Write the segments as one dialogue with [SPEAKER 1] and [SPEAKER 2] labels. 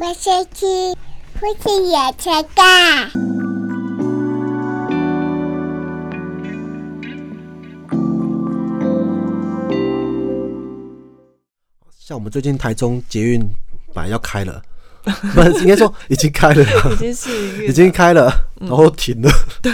[SPEAKER 1] 我先去，父亲也才干。
[SPEAKER 2] 像我们最近台中捷运本来要开了，不是应该说已经开了啦，
[SPEAKER 3] 已经嗯是
[SPEAKER 2] 已经开了，然后停了，对，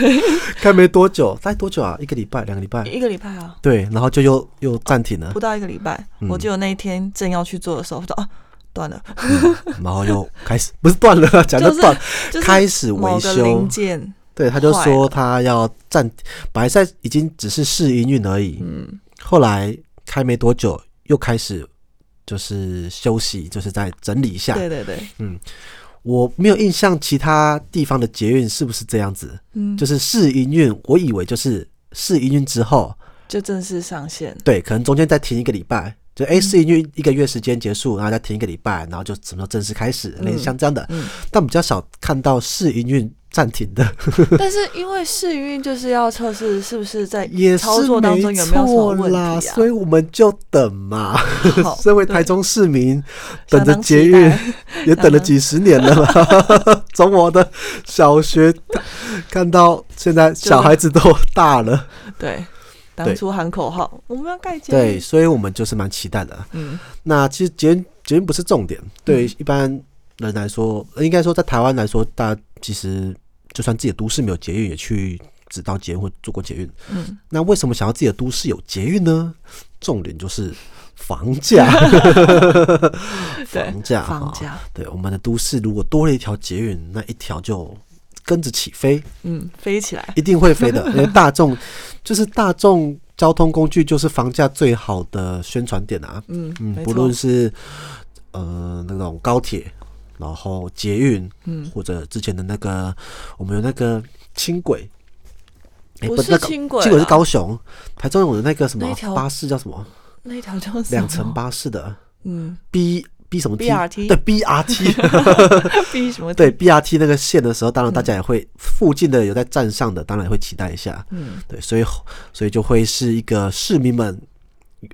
[SPEAKER 2] 开没多久，大概多久啊？一个礼拜，两个礼拜，
[SPEAKER 3] 一个礼拜啊，
[SPEAKER 2] 对，然后就又又暂停了
[SPEAKER 3] 不，到一个礼拜。
[SPEAKER 2] 嗯
[SPEAKER 3] 我记得那一天正要去做的时候，我说啊，断了，
[SPEAKER 2] 嗯然后又开始不是断了啦，啊讲
[SPEAKER 3] 就
[SPEAKER 2] 的
[SPEAKER 3] 是
[SPEAKER 2] 断，
[SPEAKER 3] 就是
[SPEAKER 2] 开始维
[SPEAKER 3] 某个
[SPEAKER 2] 修
[SPEAKER 3] 零，件，
[SPEAKER 2] 对，他就
[SPEAKER 3] 坏
[SPEAKER 2] 说
[SPEAKER 3] 了
[SPEAKER 2] 他要暂，本来在已经只是试营运而已，
[SPEAKER 3] 嗯，
[SPEAKER 2] 后来开没多久又开始就是休息，就是在整理一下，
[SPEAKER 3] 对对对，
[SPEAKER 2] 我没有印象其他地方的捷运是不是这样子，
[SPEAKER 3] 嗯，
[SPEAKER 2] 就是试营运，我以为就是试营运之后，
[SPEAKER 3] 就正式上线，
[SPEAKER 2] 对，可能中间再停一个礼拜，就
[SPEAKER 3] 嗯
[SPEAKER 2] 哎试营运一个月时间结束，然后再停一个礼拜，然后就什么时候正式开始，类似像这样的，
[SPEAKER 3] 嗯
[SPEAKER 2] 但比较少看到试营运暂停 的，
[SPEAKER 3] 但是因为试运就是要测试是不是在
[SPEAKER 2] 也是
[SPEAKER 3] 哎操作当中
[SPEAKER 2] 没
[SPEAKER 3] 有没有什么
[SPEAKER 2] 错
[SPEAKER 3] 问
[SPEAKER 2] 啦，
[SPEAKER 3] 题啊？
[SPEAKER 2] 所以我们就等嘛。
[SPEAKER 3] 好
[SPEAKER 2] 身为台中市民，等着捷运
[SPEAKER 3] 相当期
[SPEAKER 2] 也等了几十年了 嘛。 从我的小学看到现在，小孩子都大了，
[SPEAKER 3] 对，
[SPEAKER 2] 对
[SPEAKER 3] 当初喊口号我们要盖捷
[SPEAKER 2] 对，
[SPEAKER 3] 运，
[SPEAKER 2] 所以我们就是蛮期待的。
[SPEAKER 3] 嗯，
[SPEAKER 2] 那其实捷运捷运不是重点，对于一般人来说，呃应该说在台湾来说，大家其实就算自己的都市没有捷运，也去知道捷运或做过捷运。
[SPEAKER 3] 嗯，
[SPEAKER 2] 那为什么想要自己的都市有捷运呢？重点就是房 价，
[SPEAKER 3] 对，
[SPEAKER 2] 房价，
[SPEAKER 3] 房
[SPEAKER 2] 哈
[SPEAKER 3] 价，
[SPEAKER 2] 对，我们的都市如果多了一条捷运，那一条就跟着起飞，
[SPEAKER 3] 嗯，飞起来，
[SPEAKER 2] 一定会飞的。因为大众 就是大众交通工具，就是房价最好的宣传点啊。
[SPEAKER 3] 嗯，
[SPEAKER 2] 嗯，
[SPEAKER 3] 没
[SPEAKER 2] 不
[SPEAKER 3] 错
[SPEAKER 2] 论，是呃那种高铁，然后捷运，
[SPEAKER 3] 嗯，
[SPEAKER 2] 或者之前的那个我们有那个轻轨。诶
[SPEAKER 3] 不是
[SPEAKER 2] 那个
[SPEAKER 3] 轻轨
[SPEAKER 2] 轻轨是
[SPEAKER 3] 啦
[SPEAKER 2] 高雄，台中有的那个什么
[SPEAKER 3] 那一条
[SPEAKER 2] 巴士叫什么？
[SPEAKER 3] 那一条叫什么
[SPEAKER 2] 两层，巴士的
[SPEAKER 3] 嗯
[SPEAKER 2] B B 什么 T？
[SPEAKER 3] BRT
[SPEAKER 2] 对 BRT，
[SPEAKER 3] ，B 什么
[SPEAKER 2] 对 BRT 那个线的时候，当
[SPEAKER 3] 嗯
[SPEAKER 2] 然大家也会、附近的有在站上的，当然也会期待一下。
[SPEAKER 3] 嗯，
[SPEAKER 2] 对，所以所以就会是一个市民们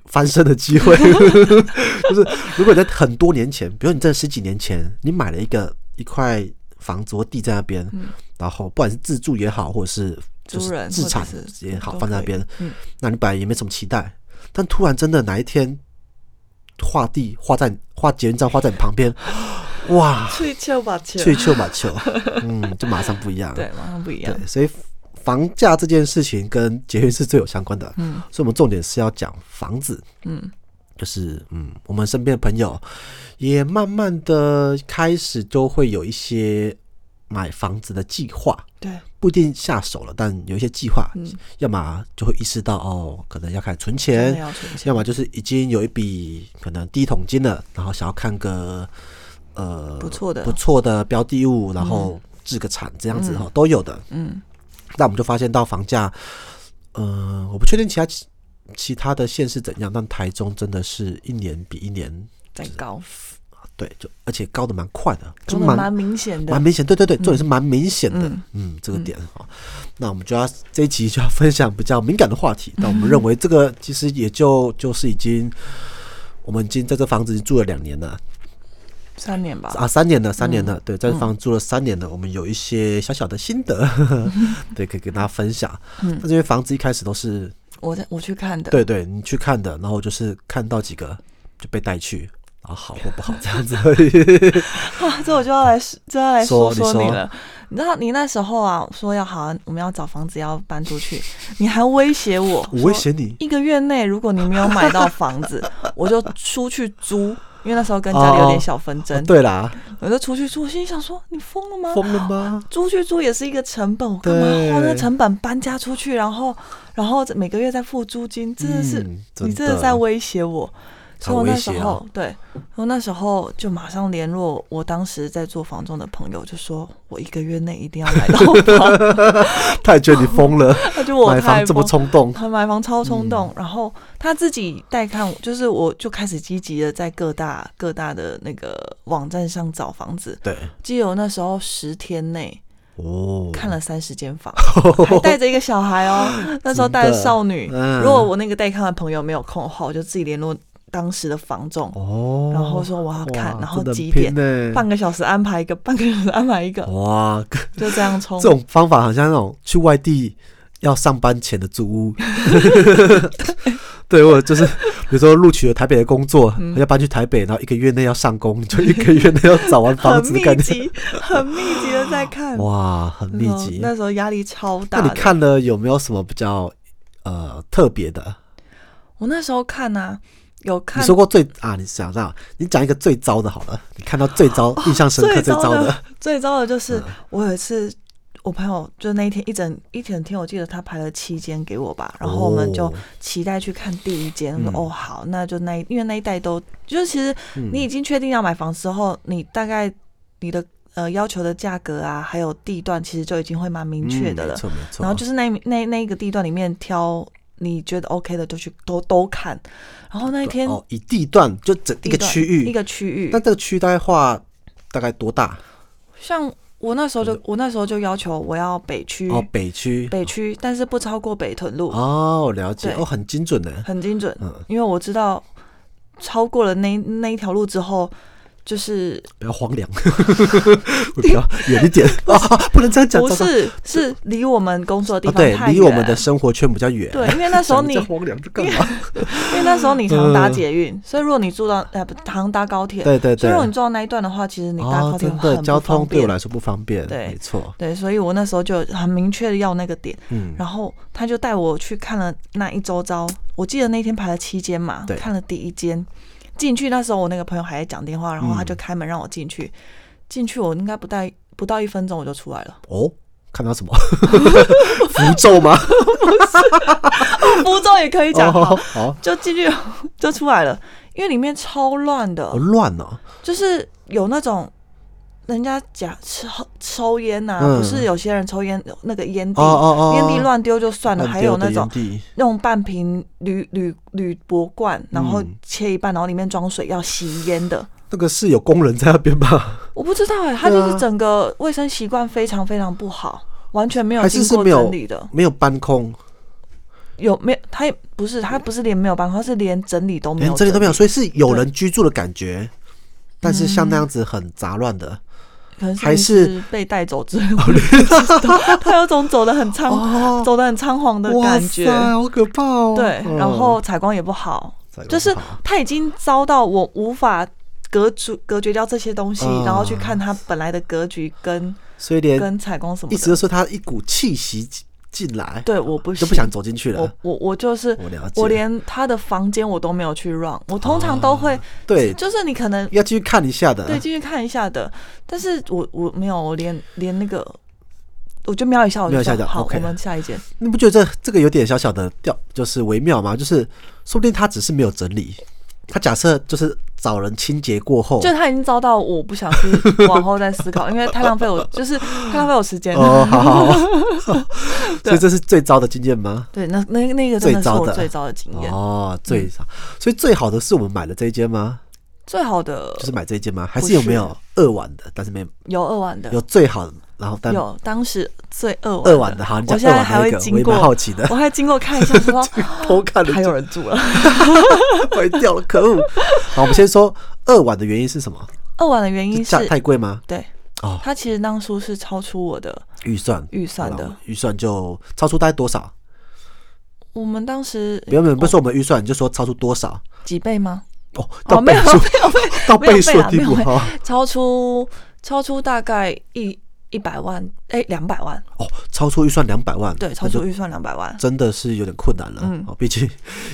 [SPEAKER 2] 翻身的机 会。 就是如果你在很多年前，比如你在十几年前，你买了一个一块房子或地在那边，
[SPEAKER 3] 嗯
[SPEAKER 2] 然后不管是自住也好，或者是就
[SPEAKER 3] 租
[SPEAKER 2] 是
[SPEAKER 3] 人
[SPEAKER 2] 自
[SPEAKER 3] 或者
[SPEAKER 2] 产
[SPEAKER 3] 是
[SPEAKER 2] 也好，
[SPEAKER 3] 都
[SPEAKER 2] 放在那
[SPEAKER 3] 可以
[SPEAKER 2] 边，
[SPEAKER 3] 嗯
[SPEAKER 2] 那你本来也没什么期待，但突然真的哪一天画地画在画捷运站画在你旁边， 哇！
[SPEAKER 3] 翠秋吧，翠
[SPEAKER 2] 去球吧球，嗯，就马上不一样了。
[SPEAKER 3] 啊 对，马上不一样，
[SPEAKER 2] 对，所以房价这件事情跟捷运是最有相关的，
[SPEAKER 3] 嗯
[SPEAKER 2] 所以我们重点是要讲房子，
[SPEAKER 3] 嗯，
[SPEAKER 2] 就是嗯，我们身边的朋友也慢慢的开始都会有一些买房子的计划，
[SPEAKER 3] 对，
[SPEAKER 2] 不一定下手了，但有一些计划，
[SPEAKER 3] 嗯
[SPEAKER 2] 要么就会意识到哦，可能要开始存
[SPEAKER 3] 真
[SPEAKER 2] 钱
[SPEAKER 3] 的，要存钱
[SPEAKER 2] 要，么就是已经有一笔可能第一桶金了，然后想要看个呃
[SPEAKER 3] 不错的
[SPEAKER 2] 不错的标的物，然后置个产这样子哈、都有的。
[SPEAKER 3] 嗯，
[SPEAKER 2] 那我们就发现到房价，呃，我不确定其他其其他的县市怎样，但台中真的是一年比一年
[SPEAKER 3] 再高，
[SPEAKER 2] 对，就而且高的蛮快的，就
[SPEAKER 3] 真的
[SPEAKER 2] 蛮
[SPEAKER 3] 蛮明显的
[SPEAKER 2] 蛮，明显，对对对，重点是蛮明显的，嗯
[SPEAKER 3] 嗯
[SPEAKER 2] 这个点哈、那我们就要这一集就要分享比较敏感的话题，但我们认为这 个其实也就就是已经。我们已经在这房子已经住了两年了
[SPEAKER 3] 三年吧，
[SPEAKER 2] 啊，三年了，三年
[SPEAKER 3] 嗯
[SPEAKER 2] 了，对，在这房子住了三年了，我们有一些小小的心 得，对，可以跟大家分享。
[SPEAKER 3] 嗯
[SPEAKER 2] 但是因为房子一开始都是
[SPEAKER 3] 我在我去看的，
[SPEAKER 2] 对对，你去看的，然后就是看到几个就被带去，然后好或不好这样 子而已。
[SPEAKER 3] 啊，这我就要来说就要来
[SPEAKER 2] 说
[SPEAKER 3] 说
[SPEAKER 2] 你
[SPEAKER 3] 说你
[SPEAKER 2] 说
[SPEAKER 3] 了。你知道你那时候啊，说要好啊，我们要找房子要搬出去，你还威胁我，
[SPEAKER 2] 我威胁你，
[SPEAKER 3] 一个月内如果你没有买到房子， 我就出去租。因为那时候跟家里有点小纷争，
[SPEAKER 2] 哦对啦，
[SPEAKER 3] 我就出去租。我心里想说，你疯了吗？
[SPEAKER 2] 疯了吗？
[SPEAKER 3] 租去租也是一个成本，我干嘛花那
[SPEAKER 2] 对
[SPEAKER 3] 成本搬家出去，然后然后每个月再付租金，真的是、
[SPEAKER 2] 嗯
[SPEAKER 3] 你
[SPEAKER 2] 真
[SPEAKER 3] 真的
[SPEAKER 2] 的
[SPEAKER 3] 在威胁我。
[SPEAKER 2] 他
[SPEAKER 3] 所以我那时
[SPEAKER 2] 威胁啊
[SPEAKER 3] 候对，我那时候就马上联络我当时在做房仲的朋友，就说我一个月内一定要 买到房，
[SPEAKER 2] 他也觉得你疯了，
[SPEAKER 3] 他就 我
[SPEAKER 2] 买
[SPEAKER 3] 太
[SPEAKER 2] 房这么
[SPEAKER 3] 疯
[SPEAKER 2] 冲嗯动，
[SPEAKER 3] 他买房超冲动，然后他自己带看，就是我就开始积极的在各大各大的那个网站上找房子。
[SPEAKER 2] 对，
[SPEAKER 3] 记得我那时候十天内
[SPEAKER 2] 哦，
[SPEAKER 3] 看了三十 间房，还带着一个小孩哦。那时候带着少女
[SPEAKER 2] 真的嗯，
[SPEAKER 3] 如果我那个带看的朋友没有空的话，我就自己联络当时的房仲，
[SPEAKER 2] 哦，
[SPEAKER 3] 然后说我要看
[SPEAKER 2] 哇
[SPEAKER 3] 然后
[SPEAKER 2] 真的很
[SPEAKER 3] 几点
[SPEAKER 2] 拼呢？
[SPEAKER 3] 半个小时安排一个， 半个小时安排一个，
[SPEAKER 2] 哇，
[SPEAKER 3] 就这样冲
[SPEAKER 2] 这。种方法好像那种去外地要上班前的租屋。 对，我就是比如说录取了台北的工作，
[SPEAKER 3] 嗯
[SPEAKER 2] 要搬去台北，然后一个月内要上工，就一个月内要找完房
[SPEAKER 3] 很
[SPEAKER 2] 子的
[SPEAKER 3] 密
[SPEAKER 2] 感觉。
[SPEAKER 3] 集， 很密集的在看，
[SPEAKER 2] 哇，很密
[SPEAKER 3] 嗯那时候
[SPEAKER 2] 集。
[SPEAKER 3] 那时候压力超
[SPEAKER 2] 那
[SPEAKER 3] 大
[SPEAKER 2] 你
[SPEAKER 3] 的
[SPEAKER 2] 看了有没有什么比较呃特别的？
[SPEAKER 3] 我那时候看啊，有看
[SPEAKER 2] 你说过最啊，你想让你讲一个最糟的好了，你看到最糟、印象深刻、
[SPEAKER 3] 哦最
[SPEAKER 2] 最
[SPEAKER 3] 糟
[SPEAKER 2] 糟的，嗯
[SPEAKER 3] 最糟的就是我有一次，我朋友就那一天一整一整天，我记得他排了七间给我吧，然后我们就
[SPEAKER 2] 哦
[SPEAKER 3] 期待去看第一间。我
[SPEAKER 2] 嗯
[SPEAKER 3] 说哦好，那就那一因为那一带都就是其实
[SPEAKER 2] 嗯
[SPEAKER 3] 你已经确定要买房之后，你大概你的呃要求的价格啊，还有地段，其实就已经会蛮明确的
[SPEAKER 2] 嗯
[SPEAKER 3] 了
[SPEAKER 2] 没。错没错。
[SPEAKER 3] 然后就是那那那一个地段里面挑你觉得 OK 的，就去都都看。然后那一天
[SPEAKER 2] 哦，以地段就整一
[SPEAKER 3] 地
[SPEAKER 2] 个
[SPEAKER 3] 段
[SPEAKER 2] 区域
[SPEAKER 3] 一个区域，
[SPEAKER 2] 那这个区大概画大概多大？
[SPEAKER 3] 像我那时候就我那时候就要求我要北区，
[SPEAKER 2] 哦，北区。
[SPEAKER 3] 北区，但是不超过北屯路，
[SPEAKER 2] 哦，了解。
[SPEAKER 3] 对
[SPEAKER 2] 哦，很精准的。
[SPEAKER 3] 很精准，
[SPEAKER 2] 嗯，
[SPEAKER 3] 因为我知道超过了那那一条路之后，就是
[SPEAKER 2] 比较荒凉， 会比较远一 点啊，不能这样讲。
[SPEAKER 3] 不
[SPEAKER 2] 糟糕
[SPEAKER 3] 是是离我们工作的
[SPEAKER 2] 啊，
[SPEAKER 3] 地方
[SPEAKER 2] 对，
[SPEAKER 3] 太远，
[SPEAKER 2] 离我们的生活圈比较远。
[SPEAKER 3] 对，因为那时候
[SPEAKER 2] 讲得
[SPEAKER 3] 你
[SPEAKER 2] 这样荒凉是干 嘛？
[SPEAKER 3] 因为那时候你常搭捷运，所以如果你住到呃不常搭高铁，
[SPEAKER 2] 嗯对对
[SPEAKER 3] 所
[SPEAKER 2] 对
[SPEAKER 3] 以如。果你住到那一段的话，其实你搭
[SPEAKER 2] 哦
[SPEAKER 3] 高，铁
[SPEAKER 2] 真
[SPEAKER 3] 很
[SPEAKER 2] 的，
[SPEAKER 3] 不
[SPEAKER 2] 交通
[SPEAKER 3] 方
[SPEAKER 2] 对我
[SPEAKER 3] 便
[SPEAKER 2] 来说不方便。
[SPEAKER 3] 对
[SPEAKER 2] 没错。
[SPEAKER 3] 对，所以我那时候就很明确的要那个点，
[SPEAKER 2] 嗯，
[SPEAKER 3] 然后他就带我去看了那一周遭，我记得那天排了七间嘛
[SPEAKER 2] 对，
[SPEAKER 3] 看了第一间，进去那时候我那个朋友还在讲电话，然后他
[SPEAKER 2] 嗯
[SPEAKER 3] 就开门让我进去，进去我应该不带不到一分钟我就出来了，
[SPEAKER 2] 哦，看到什么？ 符咒 吗？
[SPEAKER 3] 福州也可以讲
[SPEAKER 2] 哦
[SPEAKER 3] 好，
[SPEAKER 2] 好，
[SPEAKER 3] 就进去就出来了，因为里面超乱的
[SPEAKER 2] 好，乱哦。
[SPEAKER 3] 就是有那种。人家假抽抽烟呐、
[SPEAKER 2] 嗯
[SPEAKER 3] 不是有些人抽烟那个烟蒂，
[SPEAKER 2] 哦哦哦
[SPEAKER 3] 烟蒂乱丢就算了，
[SPEAKER 2] 乱
[SPEAKER 3] 还
[SPEAKER 2] 丢
[SPEAKER 3] 有
[SPEAKER 2] 的
[SPEAKER 3] 那种
[SPEAKER 2] 烟蒂
[SPEAKER 3] 用半瓶铝铝铝箔罐，然后
[SPEAKER 2] 嗯
[SPEAKER 3] 切一半，然后里面装水要吸烟 的。
[SPEAKER 2] 那个是有工人在那边吧？
[SPEAKER 3] 我不知道哎、他
[SPEAKER 2] 对啊
[SPEAKER 3] 就是整个卫生习惯非常非常不好，完全没有
[SPEAKER 2] 还是
[SPEAKER 3] 经
[SPEAKER 2] 是
[SPEAKER 3] 过
[SPEAKER 2] 没有
[SPEAKER 3] 整理的。
[SPEAKER 2] 没有搬空？
[SPEAKER 3] 有没有？他也不是，他不是连没有办法，他是连整理都没有
[SPEAKER 2] 连
[SPEAKER 3] 整
[SPEAKER 2] 哎这里
[SPEAKER 3] 理，
[SPEAKER 2] 都没有，所以是有人居住的感觉。但是像那样子很杂乱的，
[SPEAKER 3] 可能是
[SPEAKER 2] 还是
[SPEAKER 3] 是被带走之类的。我 也不知道他有种走的很仓，
[SPEAKER 2] 哦
[SPEAKER 3] 走的很仓皇的
[SPEAKER 2] 哇
[SPEAKER 3] 感
[SPEAKER 2] 塞，
[SPEAKER 3] 觉。
[SPEAKER 2] 好可怕哦！
[SPEAKER 3] 对，
[SPEAKER 2] 嗯
[SPEAKER 3] 然后采光也不好，就是他已经遭到我无法隔绝隔绝掉这些东西，
[SPEAKER 2] 嗯
[SPEAKER 3] 然后去看他本来的格局跟
[SPEAKER 2] 所以连
[SPEAKER 3] 跟采光什么
[SPEAKER 2] 一直都
[SPEAKER 3] 的。
[SPEAKER 2] 说他一股气息进来，
[SPEAKER 3] 对，我不
[SPEAKER 2] 就
[SPEAKER 3] 行
[SPEAKER 2] 不想走进去
[SPEAKER 3] 我
[SPEAKER 2] 了。
[SPEAKER 3] 我我就是
[SPEAKER 2] 我了解，
[SPEAKER 3] 我连他的房间我都没有去 run，我通常都会、
[SPEAKER 2] 啊对
[SPEAKER 3] 就是你可能
[SPEAKER 2] 要进去看一下的，
[SPEAKER 3] 对进去看一下的，但是我我没有，我连连那个。我就瞄一下，我
[SPEAKER 2] 瞄
[SPEAKER 3] 就
[SPEAKER 2] 一下就
[SPEAKER 3] 说好
[SPEAKER 2] OK 哦
[SPEAKER 3] 我们下一间。
[SPEAKER 2] 你不觉得这这个有点小小的调，就是微妙吗？就是说不定他只是没有整理，他假设就是找人清洁过后，
[SPEAKER 3] 就他已经遭到我不想 去往后再思考，因为太浪费我，就是太浪费我时间。
[SPEAKER 2] 哦，好好好，
[SPEAKER 3] 对
[SPEAKER 2] 所以这是最糟的经验吗？
[SPEAKER 3] 对，那那那个真的
[SPEAKER 2] 最
[SPEAKER 3] 是
[SPEAKER 2] 糟
[SPEAKER 3] 我
[SPEAKER 2] 的
[SPEAKER 3] 最糟的经验。
[SPEAKER 2] 哦，最少，所以最好的是我们买了这一间吗？
[SPEAKER 3] 最好的
[SPEAKER 2] 就是买这一间吗？还
[SPEAKER 3] 不
[SPEAKER 2] 是有
[SPEAKER 3] 是
[SPEAKER 2] 没有二晚的？但是没有
[SPEAKER 3] 有二万的，
[SPEAKER 2] 有最好的，然后但
[SPEAKER 3] 有当时最二
[SPEAKER 2] 二
[SPEAKER 3] 万
[SPEAKER 2] 晚的，好，你
[SPEAKER 3] 我
[SPEAKER 2] 讲
[SPEAKER 3] 现
[SPEAKER 2] 二
[SPEAKER 3] 在
[SPEAKER 2] 晚
[SPEAKER 3] 还
[SPEAKER 2] 那
[SPEAKER 3] 会
[SPEAKER 2] 个，
[SPEAKER 3] 经
[SPEAKER 2] 我也
[SPEAKER 3] 过，
[SPEAKER 2] 蛮好奇的
[SPEAKER 3] 我，还经过看一 下，说
[SPEAKER 2] 偷看了
[SPEAKER 3] 还有
[SPEAKER 2] 就
[SPEAKER 3] 人住了。
[SPEAKER 2] 坏掉了，可恶！好，我们先说二晚的原因是什么？
[SPEAKER 3] 二万的原因
[SPEAKER 2] 是
[SPEAKER 3] 是
[SPEAKER 2] 价，太贵吗？
[SPEAKER 3] 对
[SPEAKER 2] 哦，
[SPEAKER 3] 他其实当初是超出我的
[SPEAKER 2] 预算
[SPEAKER 3] 预算
[SPEAKER 2] 好
[SPEAKER 3] 的
[SPEAKER 2] 吧。预算就超出大概多少？
[SPEAKER 3] 我们当时
[SPEAKER 2] 不要不要，不说我们预算，你就说超出多少
[SPEAKER 3] 几倍吗？
[SPEAKER 2] 哦，
[SPEAKER 3] 哦，
[SPEAKER 2] 到
[SPEAKER 3] 没
[SPEAKER 2] 倍
[SPEAKER 3] 有没
[SPEAKER 2] 数
[SPEAKER 3] 有，没
[SPEAKER 2] 到
[SPEAKER 3] 没有
[SPEAKER 2] 倍数
[SPEAKER 3] 倍啊
[SPEAKER 2] 地步
[SPEAKER 3] 没有
[SPEAKER 2] 哈。
[SPEAKER 3] 有，超出超出大概一一百万，哎，两百万，
[SPEAKER 2] 哦，超出预算两百万，
[SPEAKER 3] 对，超
[SPEAKER 2] 那就
[SPEAKER 3] 出预算两百万。
[SPEAKER 2] 真的是有点困难了。
[SPEAKER 3] 嗯
[SPEAKER 2] 哦，毕竟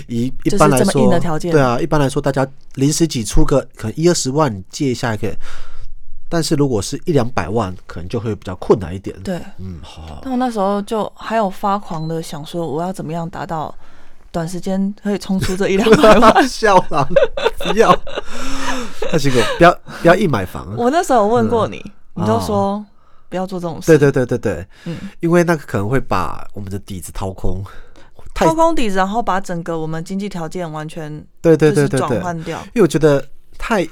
[SPEAKER 2] 一一
[SPEAKER 3] 就是
[SPEAKER 2] 般来
[SPEAKER 3] 这么
[SPEAKER 2] 说，
[SPEAKER 3] 硬的条件
[SPEAKER 2] 对啊，一般来说大家临时挤出个可能一二十万你借一下也可以，但是如果是一两百万，可能就会比较困难一点。，
[SPEAKER 3] 对，
[SPEAKER 2] 嗯，好，
[SPEAKER 3] 那我那时候就还有发狂的想说，我要怎么样达到短时间可以冲出这一两 百万？
[SPEAKER 2] 笑啦，不要，太辛苦，不要不要一买房。啊
[SPEAKER 3] 我那时候有问过你，
[SPEAKER 2] 嗯
[SPEAKER 3] 你就说不要做这种事。
[SPEAKER 2] 对对对对对，
[SPEAKER 3] 嗯
[SPEAKER 2] 因为那个可能会把我们的底子掏空，太
[SPEAKER 3] 掏空底子，然后把整个我们经济条件完全
[SPEAKER 2] 对
[SPEAKER 3] 就
[SPEAKER 2] 对对
[SPEAKER 3] 是
[SPEAKER 2] 对
[SPEAKER 3] 转
[SPEAKER 2] 对，
[SPEAKER 3] 换掉。
[SPEAKER 2] 因为我觉得太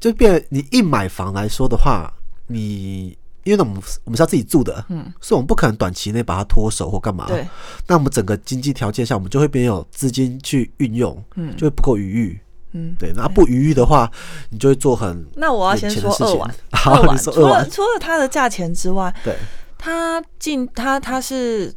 [SPEAKER 2] 就变你一买房来说的话，你因为我们我们是要自己住的，
[SPEAKER 3] 嗯，
[SPEAKER 2] 所以我们不可能短期内把它脱手或干嘛。
[SPEAKER 3] 对，
[SPEAKER 2] 那我们整个经济条件下，我们就会没有资金去运用，
[SPEAKER 3] 嗯
[SPEAKER 2] 就会不够余裕。
[SPEAKER 3] 嗯，
[SPEAKER 2] 对，那不余裕的话，你就会做很
[SPEAKER 3] 那我要先
[SPEAKER 2] 眼前的
[SPEAKER 3] 说
[SPEAKER 2] 事
[SPEAKER 3] 二
[SPEAKER 2] 情
[SPEAKER 3] 晚，
[SPEAKER 2] 好
[SPEAKER 3] 二晚
[SPEAKER 2] 你说
[SPEAKER 3] 除
[SPEAKER 2] 二
[SPEAKER 3] 了
[SPEAKER 2] 晚
[SPEAKER 3] 除了它的价钱之外，
[SPEAKER 2] 对，
[SPEAKER 3] 它进它它是，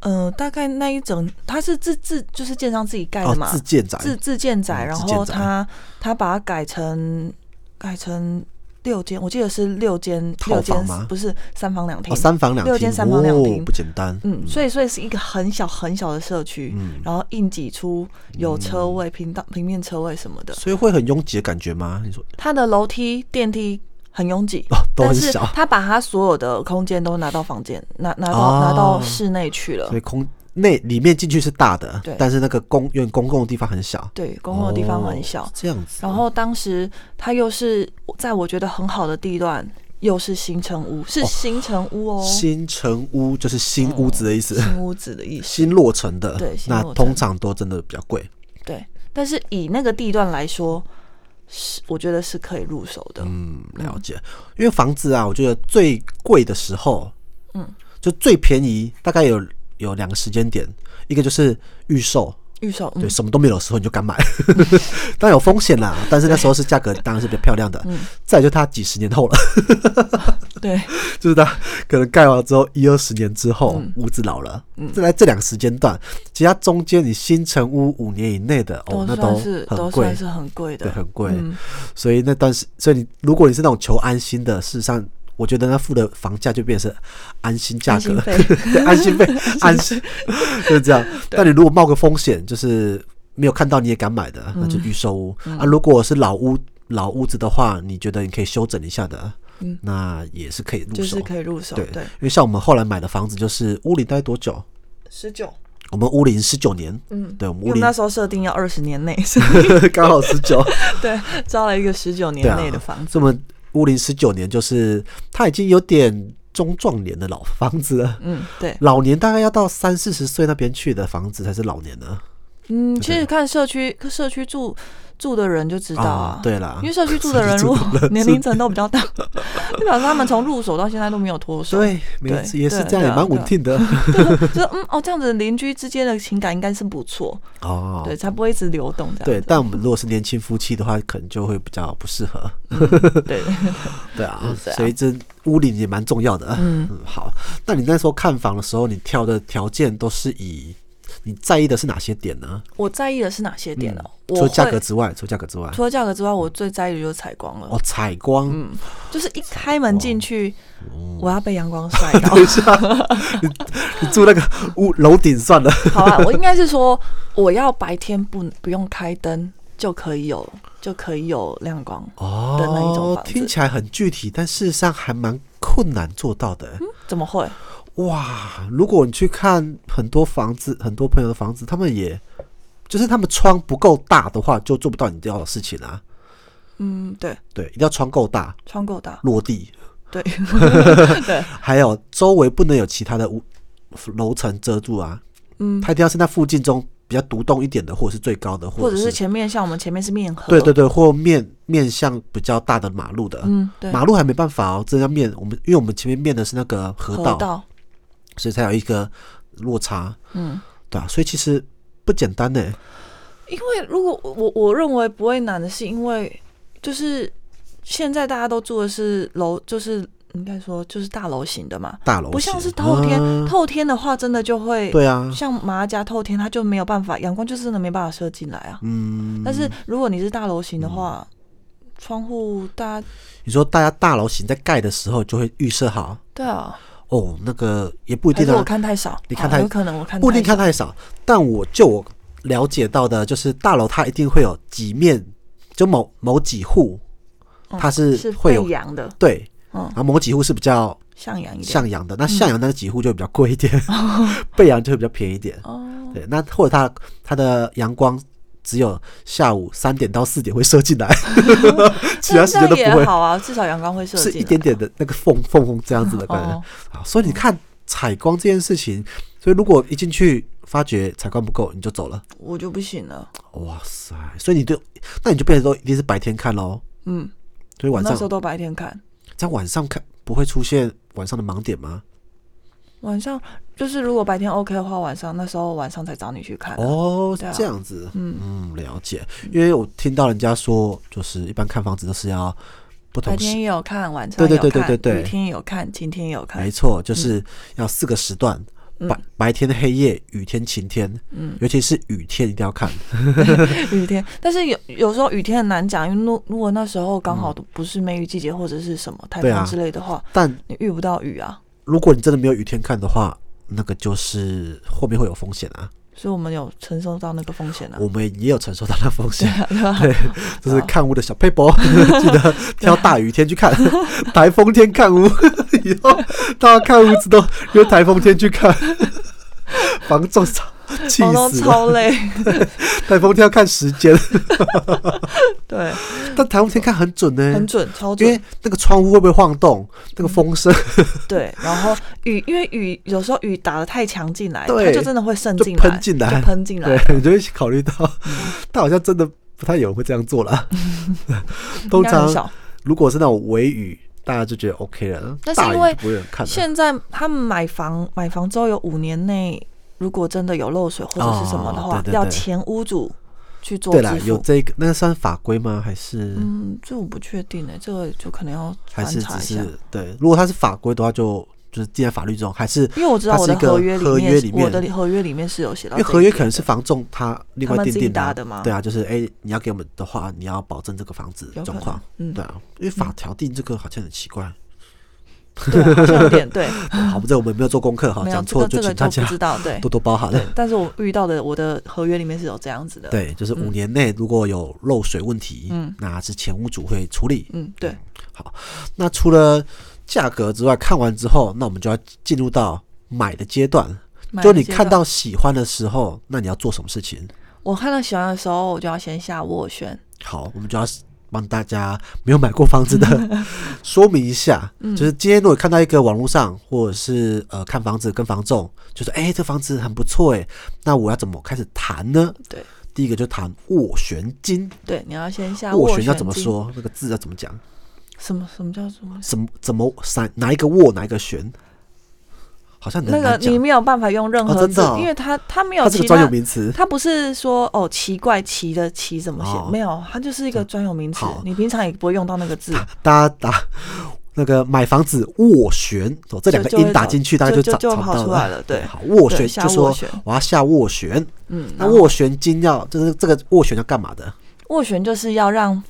[SPEAKER 3] 呃，大概那一整它是自自就是建商自己盖的
[SPEAKER 2] 哦
[SPEAKER 3] 嘛，
[SPEAKER 2] 自建宅
[SPEAKER 3] 自自建宅，
[SPEAKER 2] 嗯
[SPEAKER 3] 然
[SPEAKER 2] 自建
[SPEAKER 3] 后
[SPEAKER 2] 宅
[SPEAKER 3] 他他把它改成改成六间，我记得是六间
[SPEAKER 2] 套
[SPEAKER 3] 六
[SPEAKER 2] 房
[SPEAKER 3] 间
[SPEAKER 2] 吗
[SPEAKER 3] 不是三房两厅
[SPEAKER 2] 哦，，三房两
[SPEAKER 3] 六
[SPEAKER 2] 厅，
[SPEAKER 3] 间三房两
[SPEAKER 2] 哦
[SPEAKER 3] 厅
[SPEAKER 2] 不简单，
[SPEAKER 3] 嗯，所以所以是一个很小很小的社区，
[SPEAKER 2] 嗯，
[SPEAKER 3] 然后硬挤出有车位、平道平面车位什么的，
[SPEAKER 2] 所以会很拥挤的感觉吗？你说
[SPEAKER 3] 它的楼梯电梯很拥挤。
[SPEAKER 2] 哦，都
[SPEAKER 3] 但
[SPEAKER 2] 很
[SPEAKER 3] 是
[SPEAKER 2] 小，
[SPEAKER 3] 他把他所有的空间都拿到房间，拿拿到、
[SPEAKER 2] 哦
[SPEAKER 3] 拿到室内去了
[SPEAKER 2] 所以。空内里面进去是大的
[SPEAKER 3] 对，
[SPEAKER 2] 但是那个公院公共的地方很小，
[SPEAKER 3] 对，公共的地方
[SPEAKER 2] 哦
[SPEAKER 3] 很小
[SPEAKER 2] 是。这样子。
[SPEAKER 3] 然后当时他又是在我觉得很好的地段，又是新城屋，是新城屋哦，
[SPEAKER 2] 新城屋就是新屋子的意思，
[SPEAKER 3] 新屋子的意思。
[SPEAKER 2] 新落成的，
[SPEAKER 3] 嗯对新
[SPEAKER 2] 那
[SPEAKER 3] 落成
[SPEAKER 2] 通常都真的比较贵，
[SPEAKER 3] 对，但是以那个地段来说，是我觉得是可以入手的。
[SPEAKER 2] 嗯，了解。因为房子啊，我觉得最贵的时候，
[SPEAKER 3] 嗯，
[SPEAKER 2] 就最便宜，大概有有两个时间点，一个就是预售，
[SPEAKER 3] 预售，嗯
[SPEAKER 2] 对，，什么都没有的时候你就敢买， 当然有风险啦，但是那时候是价格当然是比较漂亮的。
[SPEAKER 3] 嗯
[SPEAKER 2] 再来就它几十年后了，
[SPEAKER 3] 对，
[SPEAKER 2] 就是它可能盖完之后一二十年之后、
[SPEAKER 3] 嗯
[SPEAKER 2] 屋子老了，再来这两个时间段，其实它中间你新成屋五年以内的哦，那
[SPEAKER 3] 算是
[SPEAKER 2] 很贵
[SPEAKER 3] 算，是很贵
[SPEAKER 2] 对，
[SPEAKER 3] 的，
[SPEAKER 2] 很贵。
[SPEAKER 3] 嗯
[SPEAKER 2] 所以那段时，所以你如果你是那种求安心的，事实上。我觉得那付的房价就变成安心价
[SPEAKER 3] 安
[SPEAKER 2] 格
[SPEAKER 3] 心，费
[SPEAKER 2] 对，安 心费，安心， 就是这样。
[SPEAKER 3] 对
[SPEAKER 2] 那你如果冒个风险，就是没有看到你也敢买的，
[SPEAKER 3] 嗯
[SPEAKER 2] 那就预售屋、啊。如果是老屋老屋子的话，你觉得你可以修整一下的，
[SPEAKER 3] 嗯
[SPEAKER 2] 那也是可以入
[SPEAKER 3] 就
[SPEAKER 2] 手。
[SPEAKER 3] 是可以入手。
[SPEAKER 2] 对
[SPEAKER 3] 对，
[SPEAKER 2] 因为像我们后来买的房子，就是屋龄大概多久？
[SPEAKER 3] 十九，
[SPEAKER 2] 我们屋龄十九年，
[SPEAKER 3] 嗯，
[SPEAKER 2] 对，我们
[SPEAKER 3] 因
[SPEAKER 2] 屋
[SPEAKER 3] 为
[SPEAKER 2] 龄
[SPEAKER 3] 那时候设定要二十年内，所
[SPEAKER 2] 刚好十九，
[SPEAKER 3] 以 对，招了一个十九
[SPEAKER 2] 对
[SPEAKER 3] 年
[SPEAKER 2] 啊
[SPEAKER 3] 内的房子。
[SPEAKER 2] 这么屋龄十九年，就是它已经有点中壮年的老房子了。
[SPEAKER 3] 嗯，对，
[SPEAKER 2] 老年大概要到三四十岁那边去的房子才是老年呢。
[SPEAKER 3] 嗯，其实看社区社区住住的人就知道啊，
[SPEAKER 2] 哦对啦
[SPEAKER 3] 因，为社区 住的人如果年龄层都比较大，就表示他们从入手到现在都没有脱手。
[SPEAKER 2] 对，没
[SPEAKER 3] 对
[SPEAKER 2] 也是
[SPEAKER 3] 对
[SPEAKER 2] 这样，
[SPEAKER 3] 对
[SPEAKER 2] 也
[SPEAKER 3] 啊
[SPEAKER 2] 蛮稳定的。
[SPEAKER 3] 就是嗯哦，这样子邻居之间的情感应该是不错，
[SPEAKER 2] 哦，
[SPEAKER 3] 对，啊才不会一直流动这
[SPEAKER 2] 对
[SPEAKER 3] 样。，
[SPEAKER 2] 但我们如果是年轻夫妻的话，可能就会比较不适合。
[SPEAKER 3] 对，
[SPEAKER 2] 对啊，
[SPEAKER 3] 是啊
[SPEAKER 2] 所以这屋龄也蛮重要的。
[SPEAKER 3] 嗯
[SPEAKER 2] 好，那你那时候看房的时候，你挑的条件都是以你在意的是哪些点呢？嗯
[SPEAKER 3] 我在意的是哪些点呢？哦我
[SPEAKER 2] 除了价格
[SPEAKER 3] 会
[SPEAKER 2] 之外，除了价格之外，
[SPEAKER 3] 除了嗯价格之外，我最在意的就是采光了
[SPEAKER 2] 哦，。采光，
[SPEAKER 3] 就是一开门进去，
[SPEAKER 2] 哦
[SPEAKER 3] 我要被阳光晒到。
[SPEAKER 2] 你住那个屋楼顶算了。
[SPEAKER 3] 好啊，我应该是说，我要白天不不用开灯就可以有就可以有亮光。
[SPEAKER 2] 哦
[SPEAKER 3] 的那一种房子
[SPEAKER 2] 听起来很具体，但事实上还蛮困难做到的。
[SPEAKER 3] 怎么会？
[SPEAKER 2] 哇，如果你去看很多房子，很多朋友的房子，他们也就是他们窗不够大的话，就做不到你要的事情啊。
[SPEAKER 3] 嗯，对，
[SPEAKER 2] 对，一定要窗够大，
[SPEAKER 3] 窗够大，
[SPEAKER 2] 落地，
[SPEAKER 3] 对对，
[SPEAKER 2] 还有周围不能有其他的屋楼层遮住啊。
[SPEAKER 3] 嗯，
[SPEAKER 2] 它一定要是那附近中比较独栋一点的，或者是最高的，
[SPEAKER 3] 或
[SPEAKER 2] 或
[SPEAKER 3] 者是
[SPEAKER 2] 是
[SPEAKER 3] 前面像我们前面是面河，
[SPEAKER 2] 对对对，或面面向比较大的马路的。
[SPEAKER 3] 嗯，对，
[SPEAKER 2] 马路还没办法哦，这要面我们，因为我们前面面的是那个河道，
[SPEAKER 3] 河道，
[SPEAKER 2] 所以才有一个落差，
[SPEAKER 3] 嗯，
[SPEAKER 2] 对啊，所以其实不简单呢。
[SPEAKER 3] 因为如果我我我认为不会难的是，因为就是现在大家都住的是楼，就是应该说就是大楼型的嘛，
[SPEAKER 2] 大楼
[SPEAKER 3] 不像
[SPEAKER 2] 型
[SPEAKER 3] 是透天，
[SPEAKER 2] 啊
[SPEAKER 3] 透天的话真的就会
[SPEAKER 2] 对啊，
[SPEAKER 3] 像马甲透天，它就没有办法，阳光就是真的没办法射进来啊。
[SPEAKER 2] 嗯，
[SPEAKER 3] 但是如果你是大楼型的话，窗户大，
[SPEAKER 2] 你说大家大楼型在盖的时候就会预设好
[SPEAKER 3] 对啊，
[SPEAKER 2] 哦，那个也不一
[SPEAKER 3] 还
[SPEAKER 2] 定
[SPEAKER 3] 是我
[SPEAKER 2] 啊，
[SPEAKER 3] 看太少，
[SPEAKER 2] 你看太
[SPEAKER 3] 啊有可能我看
[SPEAKER 2] 不一定
[SPEAKER 3] 太少
[SPEAKER 2] 看太少，但我就我了解到的，就是大楼它一定会有几面，就某某几户，
[SPEAKER 3] 嗯
[SPEAKER 2] 它哦是哦
[SPEAKER 3] 是
[SPEAKER 2] 会
[SPEAKER 3] 会
[SPEAKER 2] 有
[SPEAKER 3] 阳的，
[SPEAKER 2] 对，
[SPEAKER 3] 嗯
[SPEAKER 2] 然，后某几户是比较
[SPEAKER 3] 向阳一点，
[SPEAKER 2] 向阳的，那向阳那几户就比较贵一点， 背阳就会比较便宜一点。
[SPEAKER 3] 哦，
[SPEAKER 2] 对，那或者它它的阳光只有下午三点到四点会射进 来，其他时间都不
[SPEAKER 3] 这样也
[SPEAKER 2] 会，
[SPEAKER 3] 好啊，至少阳光会射
[SPEAKER 2] 是
[SPEAKER 3] 进来，
[SPEAKER 2] 一点点的那个缝缝缝这样子的感觉
[SPEAKER 3] 哦。
[SPEAKER 2] 好，啊所以你看采光这件事情，所以如果一进去发觉采光不够，你就走了。
[SPEAKER 3] 我就不行了。
[SPEAKER 2] 哇塞！所以你就那你就变成说一定是白天看喽，
[SPEAKER 3] 嗯，
[SPEAKER 2] 所以晚
[SPEAKER 3] 那
[SPEAKER 2] 上
[SPEAKER 3] 时候都白天看，
[SPEAKER 2] 在晚上看不会出现晚上的盲点吗？
[SPEAKER 3] 晚上就是如果白天 OK 的话，晚上那时候晚上才找你去看、哦，
[SPEAKER 2] 哦，
[SPEAKER 3] 对啊
[SPEAKER 2] 这样子，
[SPEAKER 3] 嗯
[SPEAKER 2] 嗯，了解。因为我听到人家说，就是一般看房子都是要不
[SPEAKER 3] 白
[SPEAKER 2] 同
[SPEAKER 3] 天
[SPEAKER 2] 时，
[SPEAKER 3] 也有看，晚上
[SPEAKER 2] 对对
[SPEAKER 3] 也有
[SPEAKER 2] 对对
[SPEAKER 3] 看
[SPEAKER 2] 对对哎
[SPEAKER 3] 雨天也有看，晴天也有看
[SPEAKER 2] 没，错，就是要四个时段，
[SPEAKER 3] 嗯
[SPEAKER 2] 白白天、黑夜、雨天、晴天，
[SPEAKER 3] 嗯，
[SPEAKER 2] 尤其是雨天一定要看。
[SPEAKER 3] 雨
[SPEAKER 2] 嗯
[SPEAKER 3] 天。但是有有时候雨天很难讲，因为如如果那时候刚好都不是梅雨季节或者是什么
[SPEAKER 2] 嗯
[SPEAKER 3] 台
[SPEAKER 2] 对啊
[SPEAKER 3] 风之类的话，
[SPEAKER 2] 但
[SPEAKER 3] 你遇不到雨啊。
[SPEAKER 2] 如果你真的没有雨天看的话，那个就是后面会有风险啊。
[SPEAKER 3] 所以我们有承受到那个风险啊。
[SPEAKER 2] 我们也有承受到那风险，
[SPEAKER 3] 对吧？
[SPEAKER 2] 就是看屋的小 paper，记 得挑大雨天去 看，台风天看屋， 以后大家看屋子都约台风天去看，房仲超 气
[SPEAKER 3] 房东
[SPEAKER 2] 死了，
[SPEAKER 3] 超累，
[SPEAKER 2] 台风天要看时间，
[SPEAKER 3] 对，
[SPEAKER 2] 但台风天看很准呢、
[SPEAKER 3] 很准，
[SPEAKER 2] 哎
[SPEAKER 3] 超
[SPEAKER 2] 因
[SPEAKER 3] 准
[SPEAKER 2] 为。那个窗户会不会晃动，那个风声
[SPEAKER 3] 对，然后雨，因为雨有时候雨打的太强进来，
[SPEAKER 2] 对
[SPEAKER 3] 它就真的会渗
[SPEAKER 2] 就
[SPEAKER 3] 进来，
[SPEAKER 2] 喷进来，
[SPEAKER 3] 就喷进来。嗯
[SPEAKER 2] 对，你就会考虑到，但好像真的不太有人会这样做了，通
[SPEAKER 3] 应该很
[SPEAKER 2] 常
[SPEAKER 3] 少。
[SPEAKER 2] 如果是那种微雨，大家就觉得 OK 了，
[SPEAKER 3] 但是
[SPEAKER 2] 大雨
[SPEAKER 3] 因为
[SPEAKER 2] 就不会有人看了。
[SPEAKER 3] 现在他们买房，买房之后有五年内，如果真的有漏水或者是什么的话，
[SPEAKER 2] 哦对对对
[SPEAKER 3] 要前屋主去做
[SPEAKER 2] 对啦
[SPEAKER 3] 支，
[SPEAKER 2] 有
[SPEAKER 3] 付。
[SPEAKER 2] 这个，那个算法规吗？还是、
[SPEAKER 3] 嗯，这我不确定诶、这个就可能要
[SPEAKER 2] 还
[SPEAKER 3] 翻
[SPEAKER 2] 是
[SPEAKER 3] 查
[SPEAKER 2] 只
[SPEAKER 3] 一下。
[SPEAKER 2] 是对？如果它是法规的话就，就是既然法律中，还是
[SPEAKER 3] 因为我知道
[SPEAKER 2] 它
[SPEAKER 3] 我
[SPEAKER 2] 是
[SPEAKER 3] 的
[SPEAKER 2] 一个
[SPEAKER 3] 合约里
[SPEAKER 2] 合约
[SPEAKER 3] 面，
[SPEAKER 2] 里
[SPEAKER 3] 我
[SPEAKER 2] 面
[SPEAKER 3] 的合约里面是有写到
[SPEAKER 2] 因为
[SPEAKER 3] 这一点的，
[SPEAKER 2] 合约可能是房仲他另外
[SPEAKER 3] 他们
[SPEAKER 2] 订
[SPEAKER 3] 自己
[SPEAKER 2] 定
[SPEAKER 3] 打
[SPEAKER 2] 啊
[SPEAKER 3] 的吗
[SPEAKER 2] 对啊，就是哎、你要给我们的话，你要保证这个房子
[SPEAKER 3] 有可
[SPEAKER 2] 状
[SPEAKER 3] 能
[SPEAKER 2] 况，
[SPEAKER 3] 嗯
[SPEAKER 2] 对啊，因为法条定这个好像很奇怪。
[SPEAKER 3] 对啊，好像有点 对，
[SPEAKER 2] 好，不，这我们没有做功 课哈，
[SPEAKER 3] 嗯没有
[SPEAKER 2] 讲
[SPEAKER 3] 这
[SPEAKER 2] 错
[SPEAKER 3] 个
[SPEAKER 2] 了就
[SPEAKER 3] 这个
[SPEAKER 2] 请大
[SPEAKER 3] 就
[SPEAKER 2] 家
[SPEAKER 3] 不知道对。
[SPEAKER 2] 多多包涵。
[SPEAKER 3] 但是我遇到的我的合约里面是有这样子的。，
[SPEAKER 2] 对，就是五年内如果有漏水问题，
[SPEAKER 3] 嗯
[SPEAKER 2] 那是前屋主会处理。
[SPEAKER 3] 嗯，对，
[SPEAKER 2] 那除了价格之外，看完之后，那我们就要进入到买的阶段。就你看到喜欢的时候，那你要做什么事情？
[SPEAKER 3] 我看到喜欢的时候，我就要先下斡旋。
[SPEAKER 2] 好，我们就要帮大家没有买过房子的 说明一下，就是今天如果看到一个网络上或者是呃看房子跟房仲，就说哎、这房子很不错哎，那我要怎么开始谈呢？
[SPEAKER 3] 对，
[SPEAKER 2] 第一个就谈斡旋金，
[SPEAKER 3] 对，你要先下
[SPEAKER 2] 斡
[SPEAKER 3] 斡
[SPEAKER 2] 旋
[SPEAKER 3] 旋。
[SPEAKER 2] 要怎么？说？那个字要怎么讲？
[SPEAKER 3] 什么什么叫什么？
[SPEAKER 2] 怎么怎么哪哪一个握哪一个旋？好像很
[SPEAKER 3] 那个
[SPEAKER 2] 难
[SPEAKER 3] 你
[SPEAKER 2] 讲。
[SPEAKER 3] 没有办法用任
[SPEAKER 2] 哦
[SPEAKER 3] 何
[SPEAKER 2] 真的
[SPEAKER 3] 字，
[SPEAKER 2] 哦
[SPEAKER 3] 因为它它没有
[SPEAKER 2] 它这
[SPEAKER 3] 其
[SPEAKER 2] 个专
[SPEAKER 3] 他
[SPEAKER 2] 有，名词，
[SPEAKER 3] 它不是说哦奇怪奇的奇怎么
[SPEAKER 2] 哦
[SPEAKER 3] 写？没有，它就是一个专有名词
[SPEAKER 2] 好，
[SPEAKER 3] 你平常也不会用到那个字，
[SPEAKER 2] 大家打那个买房子斡旋，哦，这两个
[SPEAKER 3] 就就会
[SPEAKER 2] 音打进去，
[SPEAKER 3] 找
[SPEAKER 2] 大家
[SPEAKER 3] 就
[SPEAKER 2] 找
[SPEAKER 3] 就
[SPEAKER 2] 找
[SPEAKER 3] 就
[SPEAKER 2] 不
[SPEAKER 3] 跑
[SPEAKER 2] 到嗯
[SPEAKER 3] 出来了对
[SPEAKER 2] 好，斡
[SPEAKER 3] 对
[SPEAKER 2] 旋
[SPEAKER 3] 下
[SPEAKER 2] 就
[SPEAKER 3] 斡
[SPEAKER 2] 说
[SPEAKER 3] 旋
[SPEAKER 2] 我要下斡旋，
[SPEAKER 3] 嗯，
[SPEAKER 2] 那
[SPEAKER 3] 然后
[SPEAKER 2] 斡旋金要就是这个斡旋要干嘛的？
[SPEAKER 3] 斡旋就是要让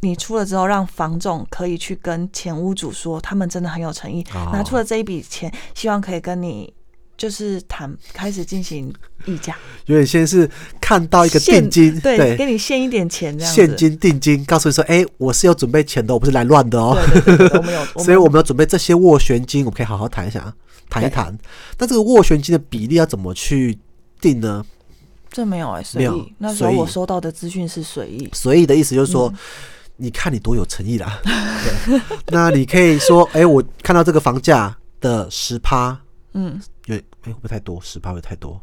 [SPEAKER 3] 你出了之后，让房仲可以去跟前屋主说，他们真的很有诚意，
[SPEAKER 2] 哦
[SPEAKER 3] 拿出了这一笔钱，希望可以跟你就是谈，开始进行议价，
[SPEAKER 2] 有点先是看到一个
[SPEAKER 3] 现
[SPEAKER 2] 定金，
[SPEAKER 3] 对，
[SPEAKER 2] 对，
[SPEAKER 3] 给你现一点钱这样子，
[SPEAKER 2] 现金定金，告诉你说，哎，我是有准备钱的，我不是来乱的哦。
[SPEAKER 3] 对，对对对，我们有，我
[SPEAKER 2] 所
[SPEAKER 3] 们
[SPEAKER 2] 以我们要准备这些斡旋金，我们可以好好谈一下，谈一谈。那这个斡旋金的比例要怎么去定呢？
[SPEAKER 3] 这没有哎、随
[SPEAKER 2] 没有
[SPEAKER 3] 意。那时候
[SPEAKER 2] 随意
[SPEAKER 3] 我收到的资讯是随意，
[SPEAKER 2] 随意的意思就是
[SPEAKER 3] 嗯
[SPEAKER 2] 说，你看你多有诚意啦。 对那你可以说，哎、我看到这个房价的十趴，
[SPEAKER 3] 嗯，
[SPEAKER 2] 有哎、会不会太多？十趴会太多？